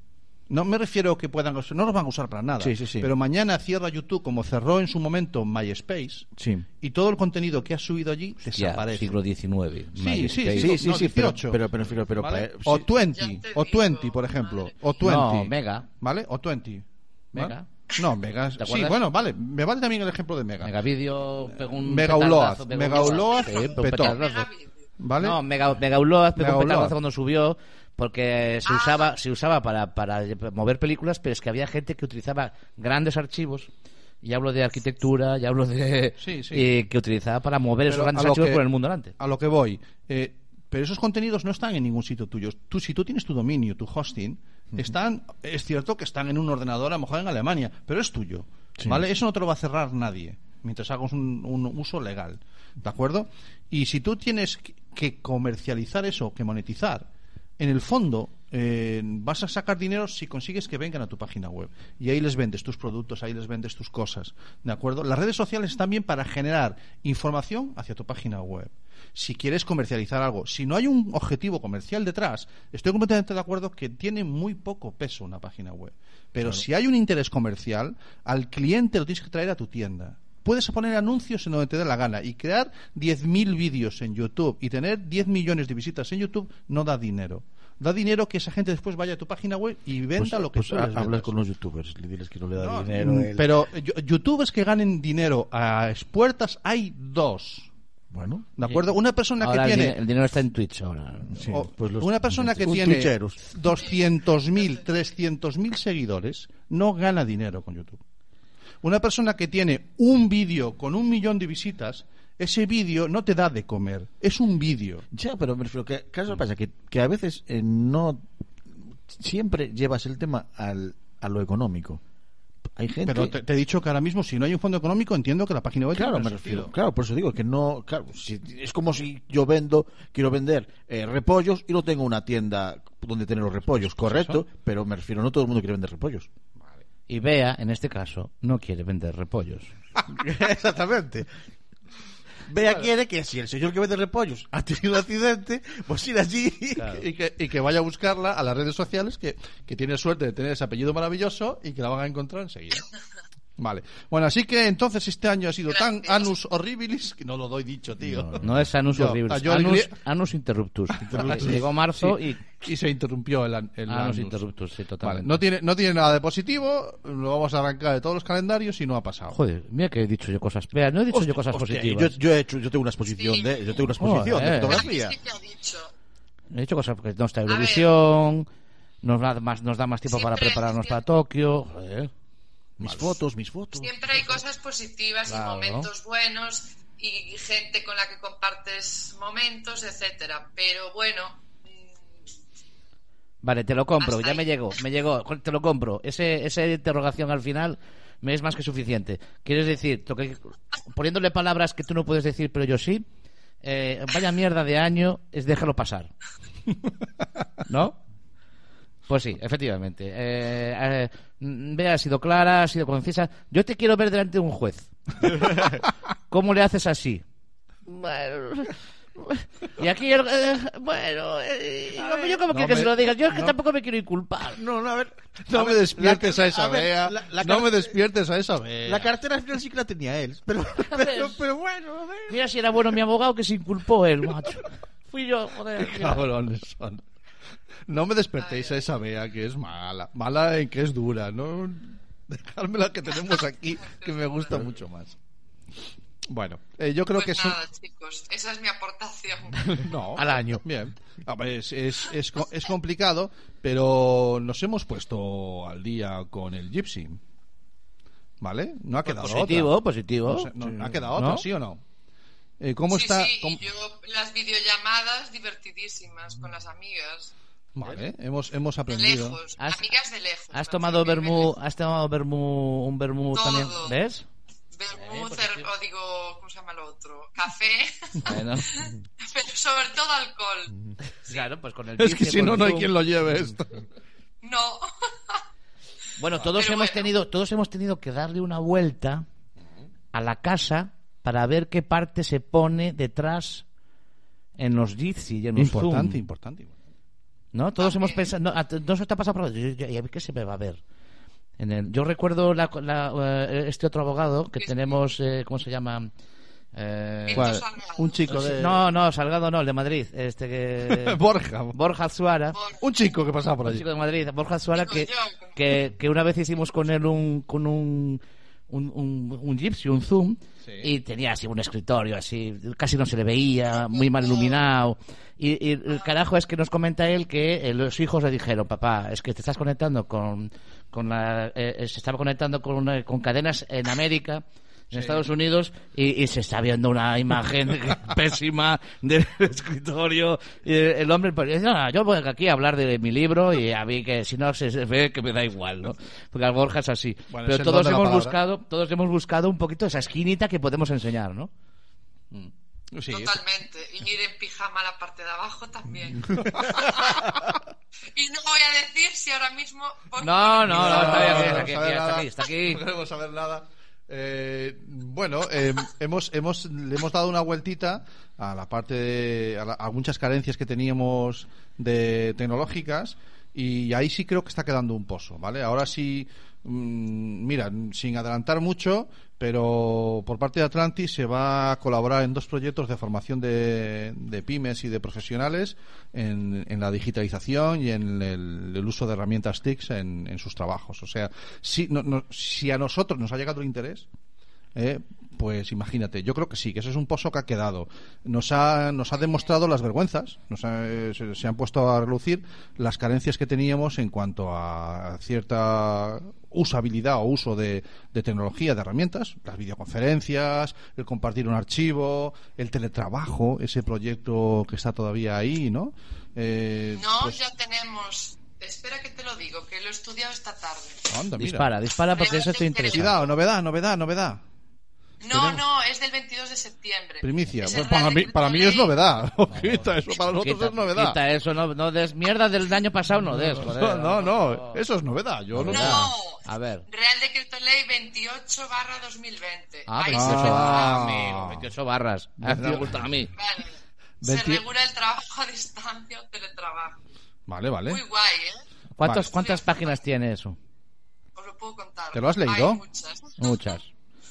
S2: No me refiero a que puedan... No los van a usar para nada.
S4: Sí, sí, sí.
S2: Pero mañana cierra YouTube como cerró en su momento MySpace
S4: Sí.
S2: y todo el contenido que has subido allí
S1: Ya,
S2: desaparece.
S1: siglo XIX.
S2: Sí,
S1: MySpace.
S2: sí, sí,
S4: Sí, sí,
S2: no,
S4: sí, pero-
S2: 18.
S4: pero- pero prefiero- pero
S2: ¿Vale?
S4: para-
S2: O
S4: sí.
S2: 20,
S5: Ya te
S2: o
S5: digo,
S2: 20, por ejemplo.
S5: madre
S2: O 20.
S1: No, Mega.
S2: ¿Vale? O 20. ¿vale?
S1: Mega.
S2: No, Mega.
S1: ¿Te
S2: Sí,
S1: acuerdas?
S2: bueno, vale. Me vale también el ejemplo de Mega.
S1: Megavideo pegó un
S2: Mega Uloaz,
S1: petardazo,
S2: Mega Uloaz
S1: Sí, pegó un
S2: petó.
S1: petardazo.
S2: ¿Vale?
S1: No, Mega, Mega Upload pegó
S2: Mega
S1: un
S2: Upload.
S1: petardazo cuando subió porque se usaba, se usaba para, para mover películas, pero es que había gente que utilizaba grandes archivos Y hablo de arquitectura, y hablo de.
S2: Sí, sí.
S1: eh, que utilizaba para mover esos
S2: Pero
S1: grandes
S2: a lo
S1: archivos
S2: que-
S1: por el mundo delante.
S2: A lo que voy. eh, pero esos contenidos no están en ningún sitio tuyo. Tú, si tú tienes tu dominio, tu hosting, están, es cierto que están en un ordenador, a lo mejor en Alemania, pero es tuyo. ¿Vale? Eso no te lo va a cerrar nadie mientras hagas un, un uso legal. ¿De acuerdo? Y si tú tienes que- que comercializar eso, que monetizar, en el fondo eh, vas a sacar dinero si consigues que vengan a tu página web. Y ahí les vendes tus productos, ahí les vendes tus cosas. ¿De acuerdo? Las redes sociales están bien para generar información hacia tu página web. Si quieres comercializar algo, si no hay un objetivo comercial detrás, estoy completamente de acuerdo que tiene muy poco peso una página web. Pero si hay un interés comercial, al cliente lo tienes que traer a tu tienda. Puedes poner anuncios en donde te dé la gana y crear 10.000 vídeos en YouTube y tener 10 millones de visitas en YouTube no da dinero. Da dinero que esa gente después vaya a tu página web y venda
S4: Pues-
S2: lo que
S4: pues
S2: tú
S4: ha-
S2: les vendas.
S4: hablas con los youtubers, le diles que no le da
S2: No,
S4: dinero.
S2: mm,
S4: él.
S2: Pero yo- youtubers que ganen dinero a expuertas hay dos.
S4: Bueno,
S2: ¿De acuerdo? Una persona
S1: Ahora
S2: que
S1: el,
S2: tiene...
S1: di- el dinero está en Twitch ahora.
S4: sí,
S2: O-
S4: pues los-
S2: una persona que
S4: los
S2: tiene
S4: twitcheros.
S2: 200.000, 300.000 seguidores no gana dinero con YouTube. Una persona que tiene un vídeo con un millón de visitas, ese vídeo no te da de comer. Es un vídeo.
S4: Ya, pero me refiero que, ¿qué es lo que pasa? Que, que a veces eh, no siempre llevas el tema al, a lo económico. Hay gente
S2: Pero te, te he dicho que ahora mismo, si no hay un fondo económico, entiendo que la página web
S4: Claro,
S2: tiene
S4: me
S2: sentido.
S4: refiero. Claro, por eso digo que no. Claro, si- es como si yo vendo, quiero vender eh, repollos y no tengo una tienda donde tener los repollos, correcto. Pero me refiero, no todo el mundo quiere vender repollos.
S1: Y Bea, en este caso, no quiere vender repollos.
S4: Exactamente. Vea quiere que si el señor que vende repollos ha tenido un accidente, pues ir allí.
S2: Y, que, y que vaya a buscarla a las redes sociales, que, que tiene suerte de tener ese apellido maravilloso y que la van a encontrar enseguida. Vale. Bueno, así que entonces este año ha sido tan
S5: Gracias.
S2: anus horribilis que no lo doy dicho, tío.
S1: No es anus
S2: Yo- ah,
S1: horrible.
S2: yo
S1: Anus,
S2: diría-
S1: anus interruptus.
S2: Interruptus.
S1: Llegó marzo
S2: Sí.
S1: y
S2: Y se interrumpió el, an- el
S1: anus
S2: anus.
S1: interruptus, sí,
S2: Vale,
S1: totalmente.
S2: no tiene, no tiene nada de positivo, lo vamos a arrancar de todos los calendarios y no ha pasado.
S1: Joder, mira que he dicho yo cosas. Bea, no he dicho yo cosas
S4: Hostia,
S1: positivas.
S4: yo, yo he hecho, yo tengo una exposición
S5: Sí.
S4: de, yo tengo una
S1: Joder.
S4: exposición de
S5: ¿Sabéis
S4: fotografía.
S5: qué te ha dicho?
S1: He dicho cosas porque no está
S5: ver.
S1: Eurovisión, nos da más, nos da más tiempo para
S5: Siempre-
S1: prepararnos para
S5: siempre-
S1: Tokio. Joder.
S4: Mis fotos, mis fotos.
S5: Siempre hay cosas positivas
S1: Claro.
S5: y momentos buenos y gente con la que compartes momentos, etcétera. Pero bueno, mm,
S1: Vale, te lo compro,
S5: Hasta
S1: ya
S5: ahí.
S1: me llegó, me llegó, te lo compro. Ese, esa interrogación al final me es más que suficiente. Quieres decir, lo que- poniéndole palabras que tú no puedes decir, pero yo sí, eh, vaya mierda de año, es déjalo pasar. ¿No? Pues sí, efectivamente. Eh, eh, mm, Bea ha sido clara, ha sido concisa. Yo te quiero ver delante de un juez. ¿Cómo le haces así? Bueno, y aquí, el- eh, bueno, eh, yo yo como
S2: no
S1: quiero que
S2: me-
S1: se lo digas. Yo es que
S2: no.
S1: tampoco me quiero inculpar.
S4: No, no, a ver.
S2: No me despiertes a esa
S4: ver,
S2: vea.
S4: la- la
S2: No
S4: car-
S2: me despiertes a esa vea.
S4: La cartera al final sí que la tenía él. Pero, pero, pero bueno, a ver.
S1: Mira si era bueno mi abogado que se inculpó él, macho. Fui yo, joder. mira.
S2: Cabrones son. No me despertéis a esa vea que es mala. Mala en que es dura, ¿no? Dejadme la que tenemos aquí, que me gusta mucho más. Bueno, eh, yo creo
S5: pues
S2: que es un-
S5: nada, chicos, esa es mi aportación.
S2: No.
S1: Al año.
S2: Bien. A ver, es, es, es, co- es complicado, pero nos hemos puesto al día con el Gypsy. ¿Vale? No ha quedado
S1: Pues Positivo,
S2: otra.
S1: positivo.
S2: No sé, no, no ha quedado otra,
S1: ¿No?
S2: ¿sí o no? Eh, ¿Cómo
S5: sí,
S2: está?
S5: sí,
S2: cómo-
S5: y yo las videollamadas divertidísimas con las amigas,
S2: Vale, hemos, hemos
S5: de
S2: aprendido.
S5: lejos,
S1: Has-
S5: amigas de lejos.
S1: ¿Has
S5: ¿no?
S1: tomado
S5: Porque
S1: vermú, has tomado vermú, un vermú
S5: Todo.
S1: también? ¿Ves?
S5: Vermú,
S1: Eh,
S5: cer- o digo, ¿cómo se llama el otro? Café,
S1: Bueno,
S5: pero sobre todo alcohol.
S1: claro, pues con el
S2: Es que
S1: bici,
S2: si
S1: con
S2: no,
S1: el
S2: no hay
S1: zoom.
S2: quien lo lleve esto.
S5: No,
S1: Bueno, todos
S5: Ah, Pero
S1: hemos
S5: bueno.
S1: tenido, todos hemos tenido que darle una vuelta a la casa para ver qué parte se pone detrás en los Jitsi y en los Zoom.
S2: Importante, importante. importante.
S1: ¿No? Todos
S5: También.
S1: hemos pensado. No, a- no se te ha pasado por. Yo, yo- y a mí que se me va a ver. En el- yo recuerdo la- la, eh, este otro abogado que
S5: Sí.
S1: tenemos. eh, ¿Cómo se llama? Eh,
S5: Víctor Salgado.
S2: Un chico de.
S1: no, no, Salgado no, el de Madrid. Este que.
S2: Borja.
S1: Borja Suara.
S5: por-
S2: Un chico que pasaba por
S1: Un
S2: allí.
S1: chico de Madrid, Borja Suara, que,
S5: Digo yo.
S1: que, que una vez hicimos con él un, con un, un, un, un Gypsy, un Zoom, y tenía así un escritorio, así, casi no se le veía, muy mal iluminado. Y, y el carajo es que nos comenta él que eh, los hijos le dijeron, papá, es que te estás conectando con, con la, eh, eh, se estaba conectando con, una- con cadenas en América. En Estados Unidos y, y se está viendo una imagen pésima del escritorio. Y el, el hombre pues, dice, "No, no, yo voy aquí a hablar de mi libro y a mí que si no se se ve que me da igual, ¿no? Porque al Borja es así.
S2: Bueno,
S1: Pero
S2: es el
S1: todos
S2: don de la
S1: hemos
S2: palabra.
S1: buscado, todos hemos buscado un poquito esa esquinita que podemos enseñar, ¿no?
S2: Mm. Sí,
S5: Totalmente. Y ir en pijama a la parte de abajo también. y no voy a decir si ahora mismo. voy
S1: No, no, no, está bien,
S2: no,
S1: está
S2: no
S1: aquí,
S2: sabe
S1: tía, está
S2: nada.
S1: aquí, está aquí.
S2: No queremos saber nada. Eh, bueno, eh, hemos, hemos, le hemos dado una vueltita a la parte de, a, la- a muchas carencias que teníamos de tecnológicas y ahí sí creo que está quedando un pozo, ¿vale? Ahora sí, mm, mira, sin adelantar mucho, pero por parte de Atlantis se va a colaborar en dos proyectos de formación de, de pymes y de profesionales en, en la digitalización y en el, el uso de herramientas TICs en, en sus trabajos. O sea, si, no- no- si a nosotros nos ha llegado el interés, eh, pues imagínate, yo creo que sí, que eso es un pozo que ha quedado. Nos ha, nos ha demostrado las vergüenzas, nos ha- eh, se, se han puesto a relucir las carencias que teníamos en cuanto a cierta usabilidad o uso de, de tecnología, de herramientas, las videoconferencias, el compartir un archivo, el teletrabajo, ese proyecto que está todavía ahí, ¿no? Eh,
S5: No,
S2: pues,
S5: ya tenemos. Espera que te lo digo, que lo he estudiado esta tarde.
S2: anda, mira.
S1: Dispara, dispara porque eso te interesa.
S2: Cuidado, novedad, novedad, novedad.
S5: No,
S2: Tenemos-
S5: no, es del 22 de septiembre.
S2: Primicia.
S5: Es el
S2: Bueno,
S5: Real
S2: para, mí,
S5: Decreto
S2: para mí es
S5: Ley.
S2: novedad. Quita eso, para nosotros
S1: Quita,
S2: es novedad.
S1: quita eso, no, no des mierda del daño pasado, no des, joder.
S2: no, no, no, eso es novedad. Yo no.
S1: Novedad.
S5: No.
S1: A ver.
S5: Real Decreto Ley 28 barra 2020.
S1: Ah,
S5: Ahí
S1: 28
S5: se
S1: barras,
S5: regula-
S1: amigo, 28 barras. Ah, Me gusta a mí.
S5: Vale.
S2: 20
S5: Se regula el trabajo a distancia o teletrabajo.
S2: Vale, vale.
S5: Muy guay, ¿eh?
S1: ¿Cuántos,
S2: Vale.
S1: ¿Cuántas páginas tiene eso?
S5: Os lo puedo contar.
S2: ¿Te lo has
S5: Hay
S2: leído?
S5: muchas.
S1: Muchas.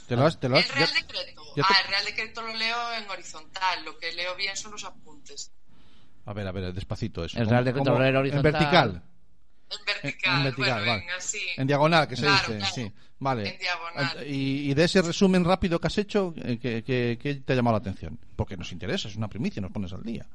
S2: Te lo has, te lo has-
S5: El Real
S2: ya-
S5: Decreto.
S2: ya te-
S5: Ah, el Real Decreto lo leo en horizontal. Lo que leo bien son los apuntes.
S2: A ver, a ver, despacito eso.
S1: El
S2: ¿Cómo-
S1: Real Decreto
S2: cómo?
S1: Obrero horizontal.
S2: En vertical.
S5: En
S2: En,
S5: vertical.
S2: en vertical,
S5: bueno,
S2: vale.
S5: en así.
S2: En diagonal, que se
S5: Claro,
S2: dice.
S5: claro.
S2: Sí. Vale. Eh,
S5: En diagonal.
S2: Y, y de ese resumen rápido que has hecho, eh, ¿qué, qué- qué te ha llamado la atención? Porque nos interesa, es una primicia, nos pones al día.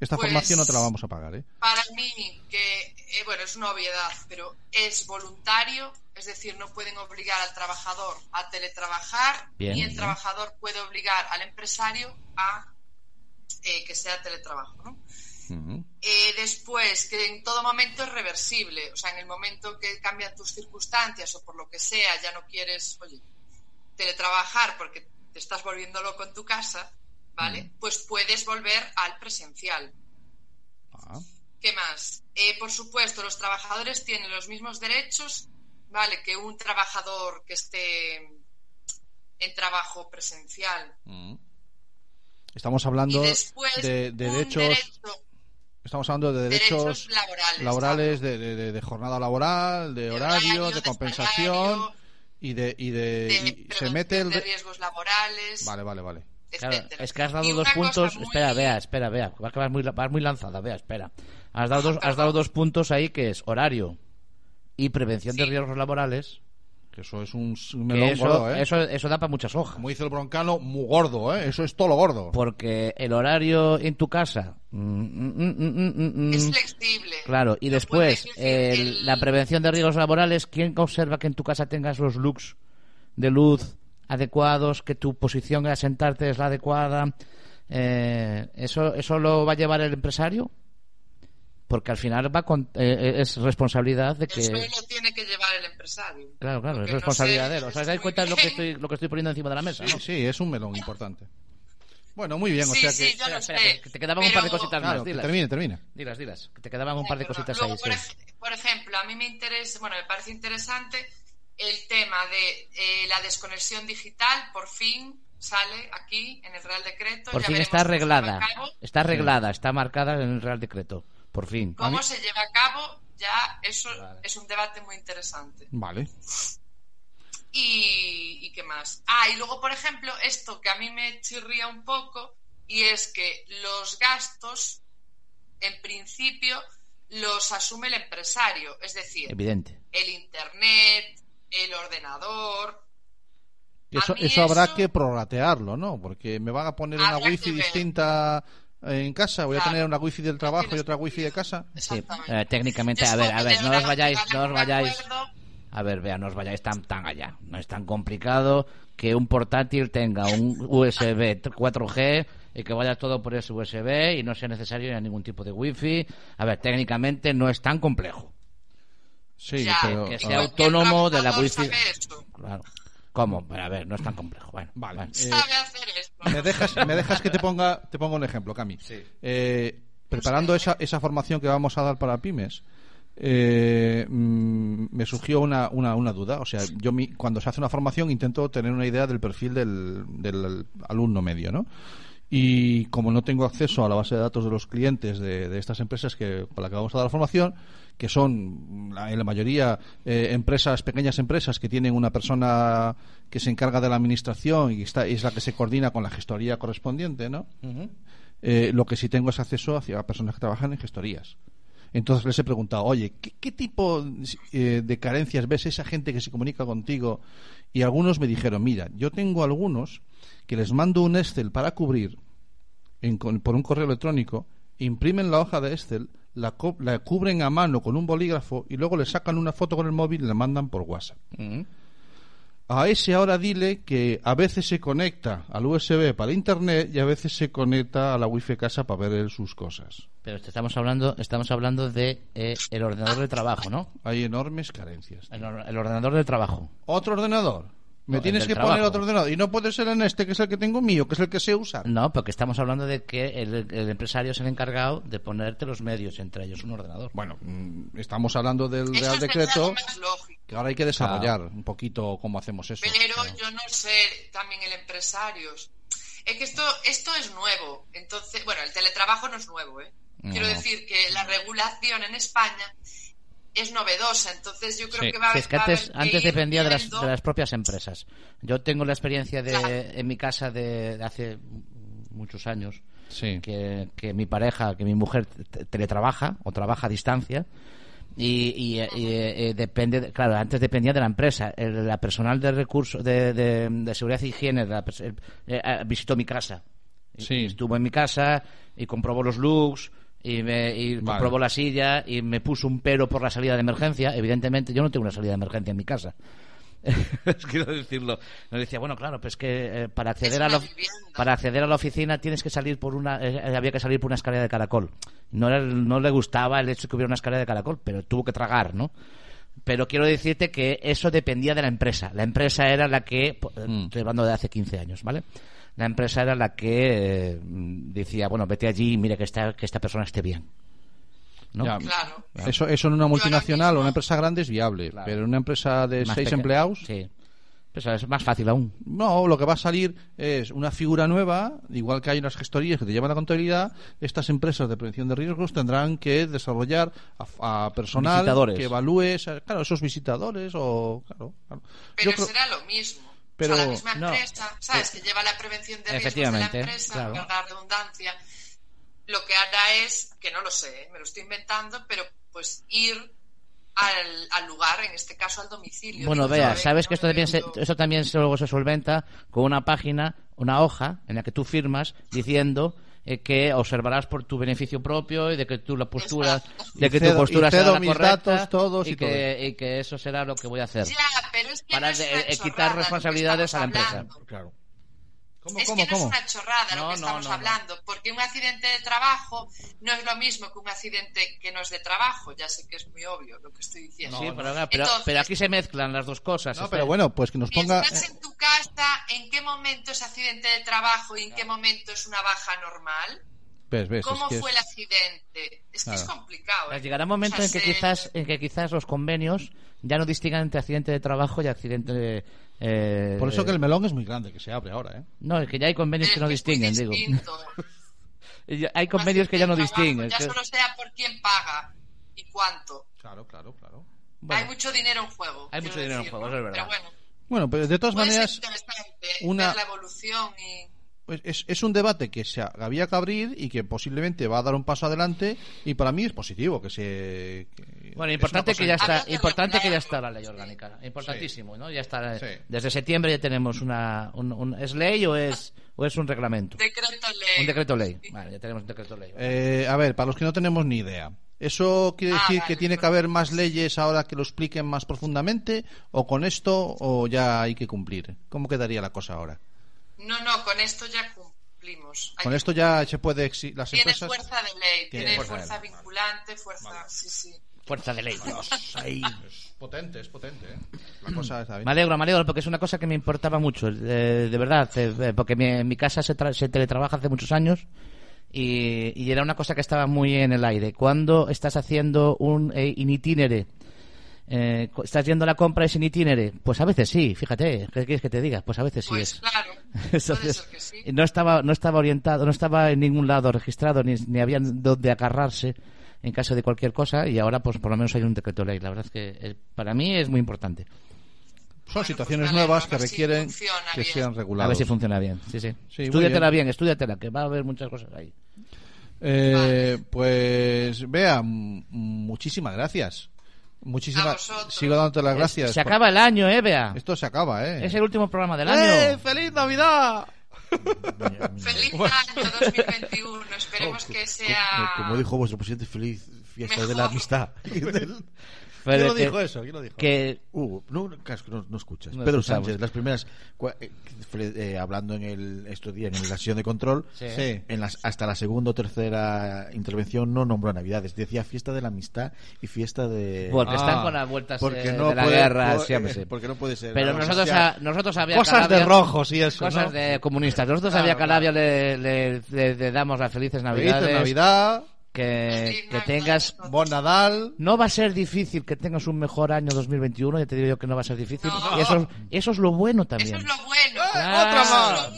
S2: Esta
S5: Pues-
S2: formación no te la vamos a pagar, ¿eh?
S5: Para mí, que eh, bueno, es una obviedad, pero es voluntario, es decir, no pueden obligar al trabajador a teletrabajar,
S1: Bien,
S5: ni el
S1: bien.
S5: trabajador puede obligar al empresario a eh, que sea teletrabajo. ¿no?
S2: Ujú.
S5: Eh, después, que en todo momento es reversible, o sea, en el momento que cambian tus circunstancias o por lo que sea, ya no quieres, oye, teletrabajar porque te estás volviendo loco en tu casa, ¿vale?
S2: Mm.
S5: Pues puedes volver al presencial.
S2: Ah,
S5: ¿Qué más? Eh, por supuesto, los trabajadores tienen los mismos derechos, ¿vale? Que un trabajador que esté en trabajo presencial.
S2: ujú. mm. Estamos hablando
S5: y después,
S2: de, de
S5: un
S2: derechos.
S5: derecho-
S2: Estamos hablando de derechos
S5: derechos laborales.
S2: laborales de, de- de- de jornada laboral, de
S5: De
S2: horario,
S5: horario,
S2: de
S5: de
S2: compensación
S5: salario,
S2: y de y de
S5: de
S2: y se
S5: prevención
S2: mete el
S5: de
S2: de-
S5: riesgos laborales,
S2: vale vale vale
S1: Claro,
S5: etcétera.
S1: es que has
S5: Y
S1: dado dos
S5: una cosa
S1: puntos.
S5: muy-
S1: Espera, vea, espera, vea. Vas, que vas muy, la- vas muy lanzada, vea, espera. Has dado, dos, has dado dos puntos ahí que es horario y prevención de
S5: Sí.
S1: riesgos laborales.
S2: que eso es un s- un
S1: que
S2: melón
S1: eso,
S2: gordo eh
S1: eso, eso da para muchas hojas.
S2: como dice el broncano muy gordo eh eso es todo lo gordo
S1: Pues Porque el horario en tu casa. mm, mm, mm, mm, mm, mm,
S5: Es flexible.
S1: Claro, y
S5: No
S1: después
S5: puedes decir
S1: el-
S5: el-
S1: la prevención de riesgos laborales, ¿quién observa que en tu casa tengas los looks de luz adecuados, que tu posición a sentarte es la adecuada? Eh, ¿eso, ¿Eso lo va a llevar el empresario? Porque al final va con- eh, eh, es responsabilidad de
S5: Eso
S1: que...
S5: lo tiene que llevar el empresario.
S1: Claro, claro, es
S5: Porque no
S1: responsabilidad
S5: sé,
S1: de él. O sea,
S5: es
S1: ¿os dais
S5: muy
S1: cuenta de lo que,
S5: bien.
S1: estoy, lo que estoy poniendo encima de la mesa?
S2: sí
S1: no?
S2: sí es un melón importante bueno muy bien o
S5: Sí,
S2: sea
S5: sí,
S2: que
S5: yo lo
S1: Espera,
S5: sé.
S1: espera, que te quedaban un par de
S5: pero-
S1: cositas
S2: claro
S1: más,
S2: que
S1: dilas.
S2: termine termina
S1: Dilas, dilas, que te quedaban un par de
S5: Ay, perdona.
S1: cositas
S5: Luego,
S1: ahí.
S5: por,
S1: sí.
S5: ej- por ejemplo, a mí me interesa, bueno, me parece interesante el tema de eh, la desconexión digital, por fin sale aquí en el Real Decreto.
S1: Por
S5: ya
S1: fin
S5: veremos
S1: está
S5: cómo se lleva
S1: arreglada.
S5: a cabo.
S1: Está arreglada, está marcada en el Real Decreto. Por fin.
S5: Cómo se lleva a cabo, ya eso es un debate muy interesante.
S2: vale
S5: Y, y qué más? Ah, y luego, por ejemplo, esto que a mí me chirría un poco, y es que los gastos, en principio, los asume el empresario. Es decir,
S1: Evidente.
S5: el internet, el ordenador.
S2: Eso,
S5: A mí
S2: eso habrá
S5: eso-
S2: que prorratearlo, ¿no? Porque me van a poner una
S5: Habrá que
S2: wifi
S5: ver.
S2: distinta en casa, voy a
S5: Claro.
S2: tener una wifi del trabajo y
S5: tienes
S2: otra wifi de casa.
S1: Sí,
S5: Exactamente.
S1: eh, técnicamente,
S5: Yo
S1: a ver,
S5: supongo
S1: a
S5: que
S1: ver, no
S5: habrá
S1: os
S5: que
S1: vayáis,
S5: llegar
S1: no
S5: a
S1: os
S5: un
S1: vayáis.
S5: acuerdo.
S1: A ver, vea, no os vayáis tan, tan allá. No es tan complicado que un portátil tenga un USB 4G y que vaya todo por ese USB y no sea necesario ni ningún tipo de wifi. A ver, técnicamente no es tan complejo.
S2: Sí,
S5: Ya,
S2: pero...
S1: que sea
S5: Cualquier
S1: autónomo de la
S5: trabajador
S1: wifi.
S5: sabe eso.
S1: Claro. ¿Cómo? Pero a ver, no es tan complejo. Bueno,
S2: Vale.
S1: bueno.
S2: Eh,
S5: Sabe hacer esto.
S2: ¿Me dejas, me dejas que te ponga, te ponga un ejemplo, Cami.
S3: Sí.
S2: Eh, preparando esa, esa formación que vamos a dar para pymes, eh, mm, me surgió una, una, una duda. O sea, yo mi- cuando se hace una formación intento tener una idea del perfil del, del alumno medio, ¿no? Y como no tengo acceso a la base de datos de los clientes de, de estas empresas que, con las que vamos a dar la formación, que son la- en la mayoría eh, empresas, pequeñas empresas que tienen una persona que se encarga de la administración y está, es la que se coordina con la gestoría correspondiente, ¿no? Eh, lo que sí tengo es acceso hacia personas que trabajan en gestorías. Entonces les he preguntado, oye, ¿qué, qué tipo eh, de carencias ves esa gente que se comunica contigo? Y algunos me dijeron, mira, yo tengo algunos que les mando un Excel para cubrir en con- por un correo electrónico, imprimen la hoja de Excel, la, co- la cubren a mano con un bolígrafo y luego le sacan una foto con el móvil y la mandan por WhatsApp.
S1: Mm.
S2: A ese ahora dile que a veces se conecta al USB para internet y a veces se conecta a la wifi de casa para ver él sus cosas.
S1: Pero te estamos hablando, estamos hablando de eh, el ordenador de trabajo, ¿no?
S2: Hay enormes carencias.
S1: El, or- el ordenador del trabajo.
S2: ¿Otro ordenador? Me
S1: No, el
S2: tienes
S1: del
S2: que poner
S1: trabajo.
S2: otro ordenador. Y no puede ser en este, que es el que tengo mío, que es el que sé usar.
S1: No, porque estamos hablando de que el, el empresario es el encargado de ponerte los medios, entre ellos un ordenador.
S2: Bueno, mm, estamos hablando del
S5: Eso
S2: Real
S5: es verdad,
S2: Decreto,
S5: más lógico.
S2: que ahora hay que desarrollar un poquito cómo hacemos eso.
S5: Pero yo no sé también el empresario. Es que esto, esto es nuevo. Entonces, bueno, el teletrabajo no es nuevo, ¿eh? Quiero
S1: No.
S5: decir que la regulación en España es novedosa. Entonces yo creo
S2: Sí.
S5: que va a
S1: Sí,
S5: haber.
S1: es que
S5: va a
S1: antes,
S5: haber que
S1: antes
S5: ir
S1: dependía de las,
S5: viendo.
S1: de las propias empresas. Yo tengo la experiencia de,
S5: Claro.
S1: en mi casa de, de hace muchos años
S2: Sí.
S1: que, que mi pareja, que mi mujer te- teletrabaja o trabaja a distancia y, y, eh, y, eh, eh, depende, de- claro, antes dependía de la empresa, el, la personal de recursos de, de- de seguridad e higiene la pers- el- eh, eh, visitó mi casa, Y-
S2: Sí.
S1: y estuvo en mi casa y comprobó los looks y, me, y
S2: Vale.
S1: comprobó la silla y me puso un pero por la salida de emergencia. Evidentemente, yo no tengo una salida de emergencia en mi casa. Quiero decirlo. Me decía, bueno, claro, pues que eh, para acceder
S5: Es
S1: a la
S5: una vivienda.
S1: para acceder a la oficina tienes que salir por una eh, eh, había que salir por una escalera de caracol. No era- no le gustaba el hecho de que hubiera una escalera de caracol, pero tuvo que tragar, ¿no? Pero quiero decirte que eso dependía de la empresa. La empresa era la que, po- eh,
S2: Mm.
S1: estoy hablando de hace 15 años, ¿vale? La empresa era la que eh, mm, decía, bueno, vete allí y mira que esta, que esta persona esté bien. ¿no?
S2: Ya.
S5: Claro.
S2: Eso, eso en una multinacional
S5: mismo-
S2: o una empresa grande es viable,
S1: Claro.
S2: pero en una empresa de
S1: Más
S2: seis
S1: peque-
S2: empleados,
S1: Sí. Pues es más fácil aún.
S2: no, lo que va a salir es una figura nueva, igual que hay unas gestorías que te llevan la contabilidad, estas empresas de prevención de riesgos tendrán que desarrollar a, a personal
S1: Visitadores.
S2: que evalúe, esa- claro, esos visitadores o... Claro, claro. Yo
S5: Pero
S2: creo-
S5: será lo mismo.
S2: Pero-
S5: o sea, la misma
S1: no. eh,
S5: empresa, ¿sabes? Que lleva la prevención de riesgos de la
S1: Efectivamente,
S5: empresa,
S1: claro.
S5: valga la redundancia. Lo que hará es, que no lo sé, ¿eh? me lo estoy inventando, pero pues ir al, al lugar, en este caso al domicilio.
S1: Bueno,
S5: Digo,
S1: vea,
S5: ¿sabes?
S1: sabes
S5: No
S1: que esto
S5: me
S1: también, se,
S5: veo yo-
S1: esto también se- luego se solventa con una página, una hoja en la que tú firmas diciendo eh, que observarás por tu beneficio propio y de que tú la postura, de que
S2: Y cedo-
S1: tu postura
S2: y cedo
S1: será la
S2: mis
S1: correcta
S2: datos, todos y
S1: que, y que eso será lo que voy a hacer.
S5: Ya, pero es que
S1: Para
S5: no es
S1: de-
S5: una
S1: eh, quitar
S5: chorrada lo que
S1: responsabilidades
S5: estamos
S1: a la empresa.
S5: hablando.
S4: Claro.
S2: ¿Cómo,
S5: es
S2: cómo,
S5: que no
S2: cómo?
S5: es una
S1: No,
S5: chorrada lo
S1: no,
S5: que estamos
S1: no, no.
S5: hablando, porque un accidente de trabajo no es lo mismo que un accidente que no es de trabajo. Ya sé que es muy obvio lo que estoy diciendo.
S1: sí, pero, ahora- pero-
S5: Entonces-
S1: pero aquí se mezclan las dos cosas. Este,
S2: No,
S1: Está-
S2: pero bueno, pues que nos
S5: Si
S2: ponga...
S5: estás en tu casa, ¿en qué momento es accidente de trabajo y en qué momento es una baja normal?
S2: Ves, ves,
S5: ¿Cómo
S2: es que es-
S5: fue el accidente? Es que es
S2: Claro.
S5: complicado. ¿eh?
S1: pues Llegará un momento
S5: O sea,
S1: en que
S5: se-
S1: quizás en que quizás los convenios ya no distingan entre accidente de trabajo y accidente de... eh,
S2: Por eso que el melón es muy grande, que se abre ahora, ¿eh?
S1: No, es que ya hay convenios
S5: es
S1: que no
S5: que Eh, pues es muy
S1: distinguen, digo.
S5: distinto.
S1: Y Hay convenios que ya no
S5: Accidente de trabajo,
S1: distinguen.
S5: Ya
S1: que-
S5: solo sea por quién paga y cuánto.
S2: Claro, claro, claro.
S1: bueno.
S5: Hay mucho dinero en juego.
S1: Hay
S5: quiero
S1: mucho dinero en
S5: decir,
S1: juego,
S5: ¿no?
S1: eso es verdad.
S5: Pero bueno,
S2: Bueno, pero de pues todas
S5: puede ser
S2: maneras...
S5: interesante
S2: una-
S5: ver la evolución y
S2: Pues es, es un debate que se ha- había que abrir y que posiblemente va a dar un paso adelante y para mí es positivo que se... que-
S1: Bueno,
S2: es
S1: importante
S2: una cosa
S1: que ya está,
S5: Había que
S1: importante que ya
S5: regularlo.
S1: está la ley orgánica, importantísimo, ¿no? Ya está.
S2: Sí.
S1: Desde septiembre ya tenemos una, un- un- es ley o es o es un reglamento,
S5: Decreto ley.
S1: un decreto ley. Vale, ya tenemos un decreto ley.
S2: Eh, a ver, para los que no tenemos ni idea, ¿eso quiere
S5: Ah,
S2: decir
S5: vale,
S2: que tiene que
S5: perfecto.
S2: haber más leyes ahora que lo expliquen más profundamente? ¿O con esto o ya hay que cumplir? ¿Cómo quedaría la cosa ahora?
S5: No, no, con esto ya cumplimos. Hay
S2: Con
S5: que
S2: esto ya se puede... exi- Las
S5: Tiene
S2: empresas...
S5: fuerza de ley,
S2: Tiene
S5: tiene,
S2: fuerza
S5: fuerza,
S2: de ley.
S5: vinculante, fuerza. Sí, sí.
S1: Fuerza de ley.
S3: Es potente, es potente, ¿eh?
S2: La cosa está bien.
S1: Me alegro, me alegro, porque es una cosa que me importaba mucho, eh, de verdad, eh, porque mi, en mi casa se, tra- se teletrabaja hace muchos años y, y era una cosa que estaba muy en el aire. Cuando estás haciendo un eh, in itinere, eh, cu- estás yendo a la compra es in itinere, pues a veces sí, fíjate, ¿qué quieres que te diga? Pues a veces sí
S5: Pues
S1: es.
S5: claro, puede
S1: Entonces,
S5: ser que sí.
S1: no estaba, no estaba orientado, no estaba en ningún lado registrado, ni, ni había dónde agarrarse en caso de cualquier cosa, y ahora, pues por lo menos hay un decreto ley. La verdad es que eh, para mí es muy importante.
S2: Son situaciones
S5: Bueno,
S2: nuevas
S5: pues, a
S2: que
S5: ver si
S2: requieren
S5: funciona
S2: que
S5: bien.
S2: sean
S1: A ver
S2: reguladas.
S1: si funciona bien. Sí, sí.
S2: Sí,
S1: estúdiatela
S2: muy
S1: bien. estúdiatela, que va a haber muchas cosas ahí.
S2: Eh, pues vea, m- muchísimas gracias.
S5: A
S2: Muchísimas.
S5: vosotros.
S2: Sigo dándote las gracias.
S1: Se
S2: por-
S1: acaba el año, eh, Bea.
S2: Esto se acaba, ¿eh?
S1: Es el último programa del
S2: ¡Eh,
S1: año.
S2: ¡Feliz Navidad!
S5: Feliz año 2021.
S1: Oh,
S5: Esperemos que sea.
S4: Como dijo vuestro presidente, feliz fiesta de la
S5: Mejor.
S4: amistad.
S1: Pero
S2: ¿Quién lo
S1: que-
S2: dijo eso? ¿Quién lo dijo?
S1: que
S4: Hugo, no, no, claro, es que no, no escuchas.
S1: No
S4: Pedro
S1: escuchamos.
S4: Sánchez, las primeras. cua- eh, fre- eh, hablando en el estos días en la sesión de control,
S1: Sí.
S2: Sí.
S4: en las, hasta la segunda o tercera intervención no nombró Navidades. Decía fiesta de la amistad y fiesta de.
S1: eh, Porque
S2: Ah,
S1: están con las vueltas
S4: porque
S1: eh,
S4: no
S1: de la
S4: puede-
S1: guerra,
S4: por-
S1: sí, hombre, sí.
S4: porque no puede ser.
S1: Pero
S4: No,
S1: nosotros,
S4: o sea,
S1: a- nosotros había
S2: Cosas de
S1: Calabria-
S2: rojos y eso.
S1: Cosas
S2: ¿no?
S1: de comunistas. Nosotros había Calabria le, le- le- le damos las felices
S2: Feliz
S1: navidades.
S2: Navidad,
S1: Que,
S5: Feliz
S1: que
S5: Navidad.
S1: tengas.
S2: Bon Nadal.
S1: No va a ser difícil que tengas un mejor año 2021. Ya te digo yo que no va a ser difícil.
S5: No.
S1: Y eso, eso es lo bueno
S5: Eso
S1: también.
S5: es lo bueno.
S1: Claro.
S2: ¡Otra más!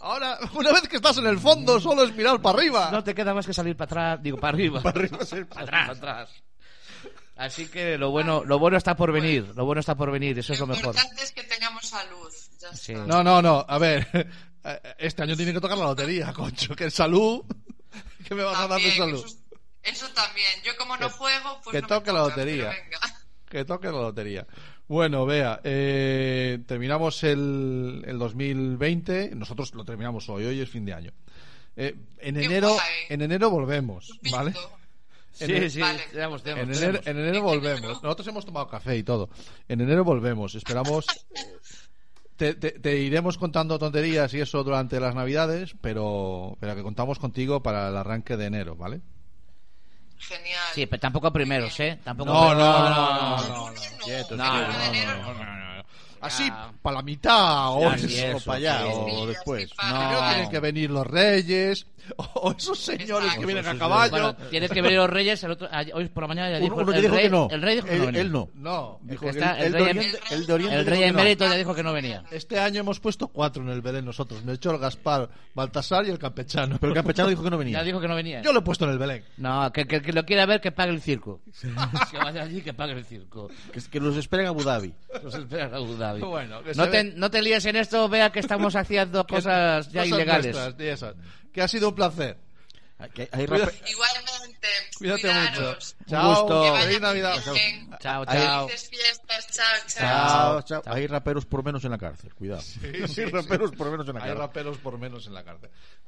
S2: Ahora, una vez que estás en el fondo, solo es mirar para arriba.
S1: No te queda más que salir para atrás, digo, para arriba.
S2: Para arriba, sí.
S1: Para atrás, para atrás. Así que lo bueno, lo bueno está por venir, lo bueno está por venir, eso es lo mejor.
S5: importante es que tengamos salud. Ya está.
S1: Sí.
S2: No, no, no. A ver, este año tiene que tocar la lotería, concho. Que salud. Que me vas a dar de
S5: También,
S2: salud.
S5: Eso, eso también. Yo, como no
S2: Que-
S5: juego, pues.
S2: que
S5: no me
S2: toque la
S5: toca,
S2: lotería.
S5: pero venga.
S2: Que toque la lotería. Bueno, vea, eh, terminamos el, el 2020. Nosotros lo terminamos hoy. Hoy es fin de año. Eh, en
S5: Qué
S2: enero,
S5: guay.
S2: en enero volvemos, ¿vale?
S5: Pinto.
S1: Sí, sí,
S5: Vale.
S1: tenemos,
S2: En
S1: tenemos,
S2: enero,
S1: tenemos.
S2: en
S5: Este
S2: enero volvemos. Nosotros hemos tomado café y todo. En enero volvemos. Esperamos. eh, Te, te- te iremos contando tonterías y eso durante las navidades, pero, pero que contamos contigo para el arranque de enero, ¿vale?
S5: Genial.
S1: Sí, pero tampoco primeros, ¿eh? Tampoco
S2: No,
S1: primeros.
S2: no, no, no,
S5: No, no, no.
S4: Quietos,
S5: No,
S1: quietos.
S5: no, de enero no.
S2: Así,
S4: Ah.
S2: para la mitad, o,
S1: Ya, sí,
S2: o
S1: eso,
S2: para allá,
S1: sí.
S2: o-
S5: Sí,
S4: después.
S5: así para-
S1: No.
S2: Primero tienen que venir los reyes, o esos señores
S5: Exacto.
S2: que vienen a
S4: Esos
S2: caballo.
S1: Bueno, tienes que ver los reyes, el otro, ayer- hoy por la mañana ya
S4: uno,
S1: dijo,
S4: uno
S1: el,
S4: que dijo
S1: rey,
S4: que no.
S1: el rey dijo que no
S4: él,
S1: venía.
S4: él no.
S2: No,
S4: Dijo
S1: que
S4: que
S1: está-
S4: el,
S1: el
S4: de
S1: rey-
S4: Oriente- el de Oriente
S1: El
S4: dijo
S1: rey
S4: que no.
S1: emérito ya dijo que no venía.
S2: este año hemos puesto cuatro en el Belén nosotros: Melchor, Gaspar, Baltasar y el campechano.
S4: Pero el campechano dijo que no venía.
S1: Ya dijo que no venía.
S2: Yo lo he puesto en el Belén.
S1: No, que, que, que lo quiera ver que pague el circo. Que vaya allí que pague el circo.
S4: Que, que los esperen en Abu Dhabi.
S1: Nos espera la Abu Dhabi.
S2: Bueno, que
S1: no,
S2: se
S1: te,
S2: ve-
S1: no te líes en esto, vea que estamos haciendo cosas ya
S2: Cosas
S1: ilegales.
S2: nuestras, de esas. Que ha sido un placer.
S4: Que hay- hay rape-
S5: Igualmente.
S2: Cuídate
S5: cuidaros.
S2: mucho. Chao.
S4: gusto.
S5: Que
S2: Feliz
S5: vaya muy
S2: Navidad.
S5: bien.
S1: Chao,
S4: Ahí-
S1: chao.
S5: Felices fiestas. Chao, chao.
S4: Chao, chao. Hay raperos por menos en la cárcel, cuidado. hay raperos por menos en la
S2: Hay
S4: cárcel.
S2: raperos por menos en la cárcel.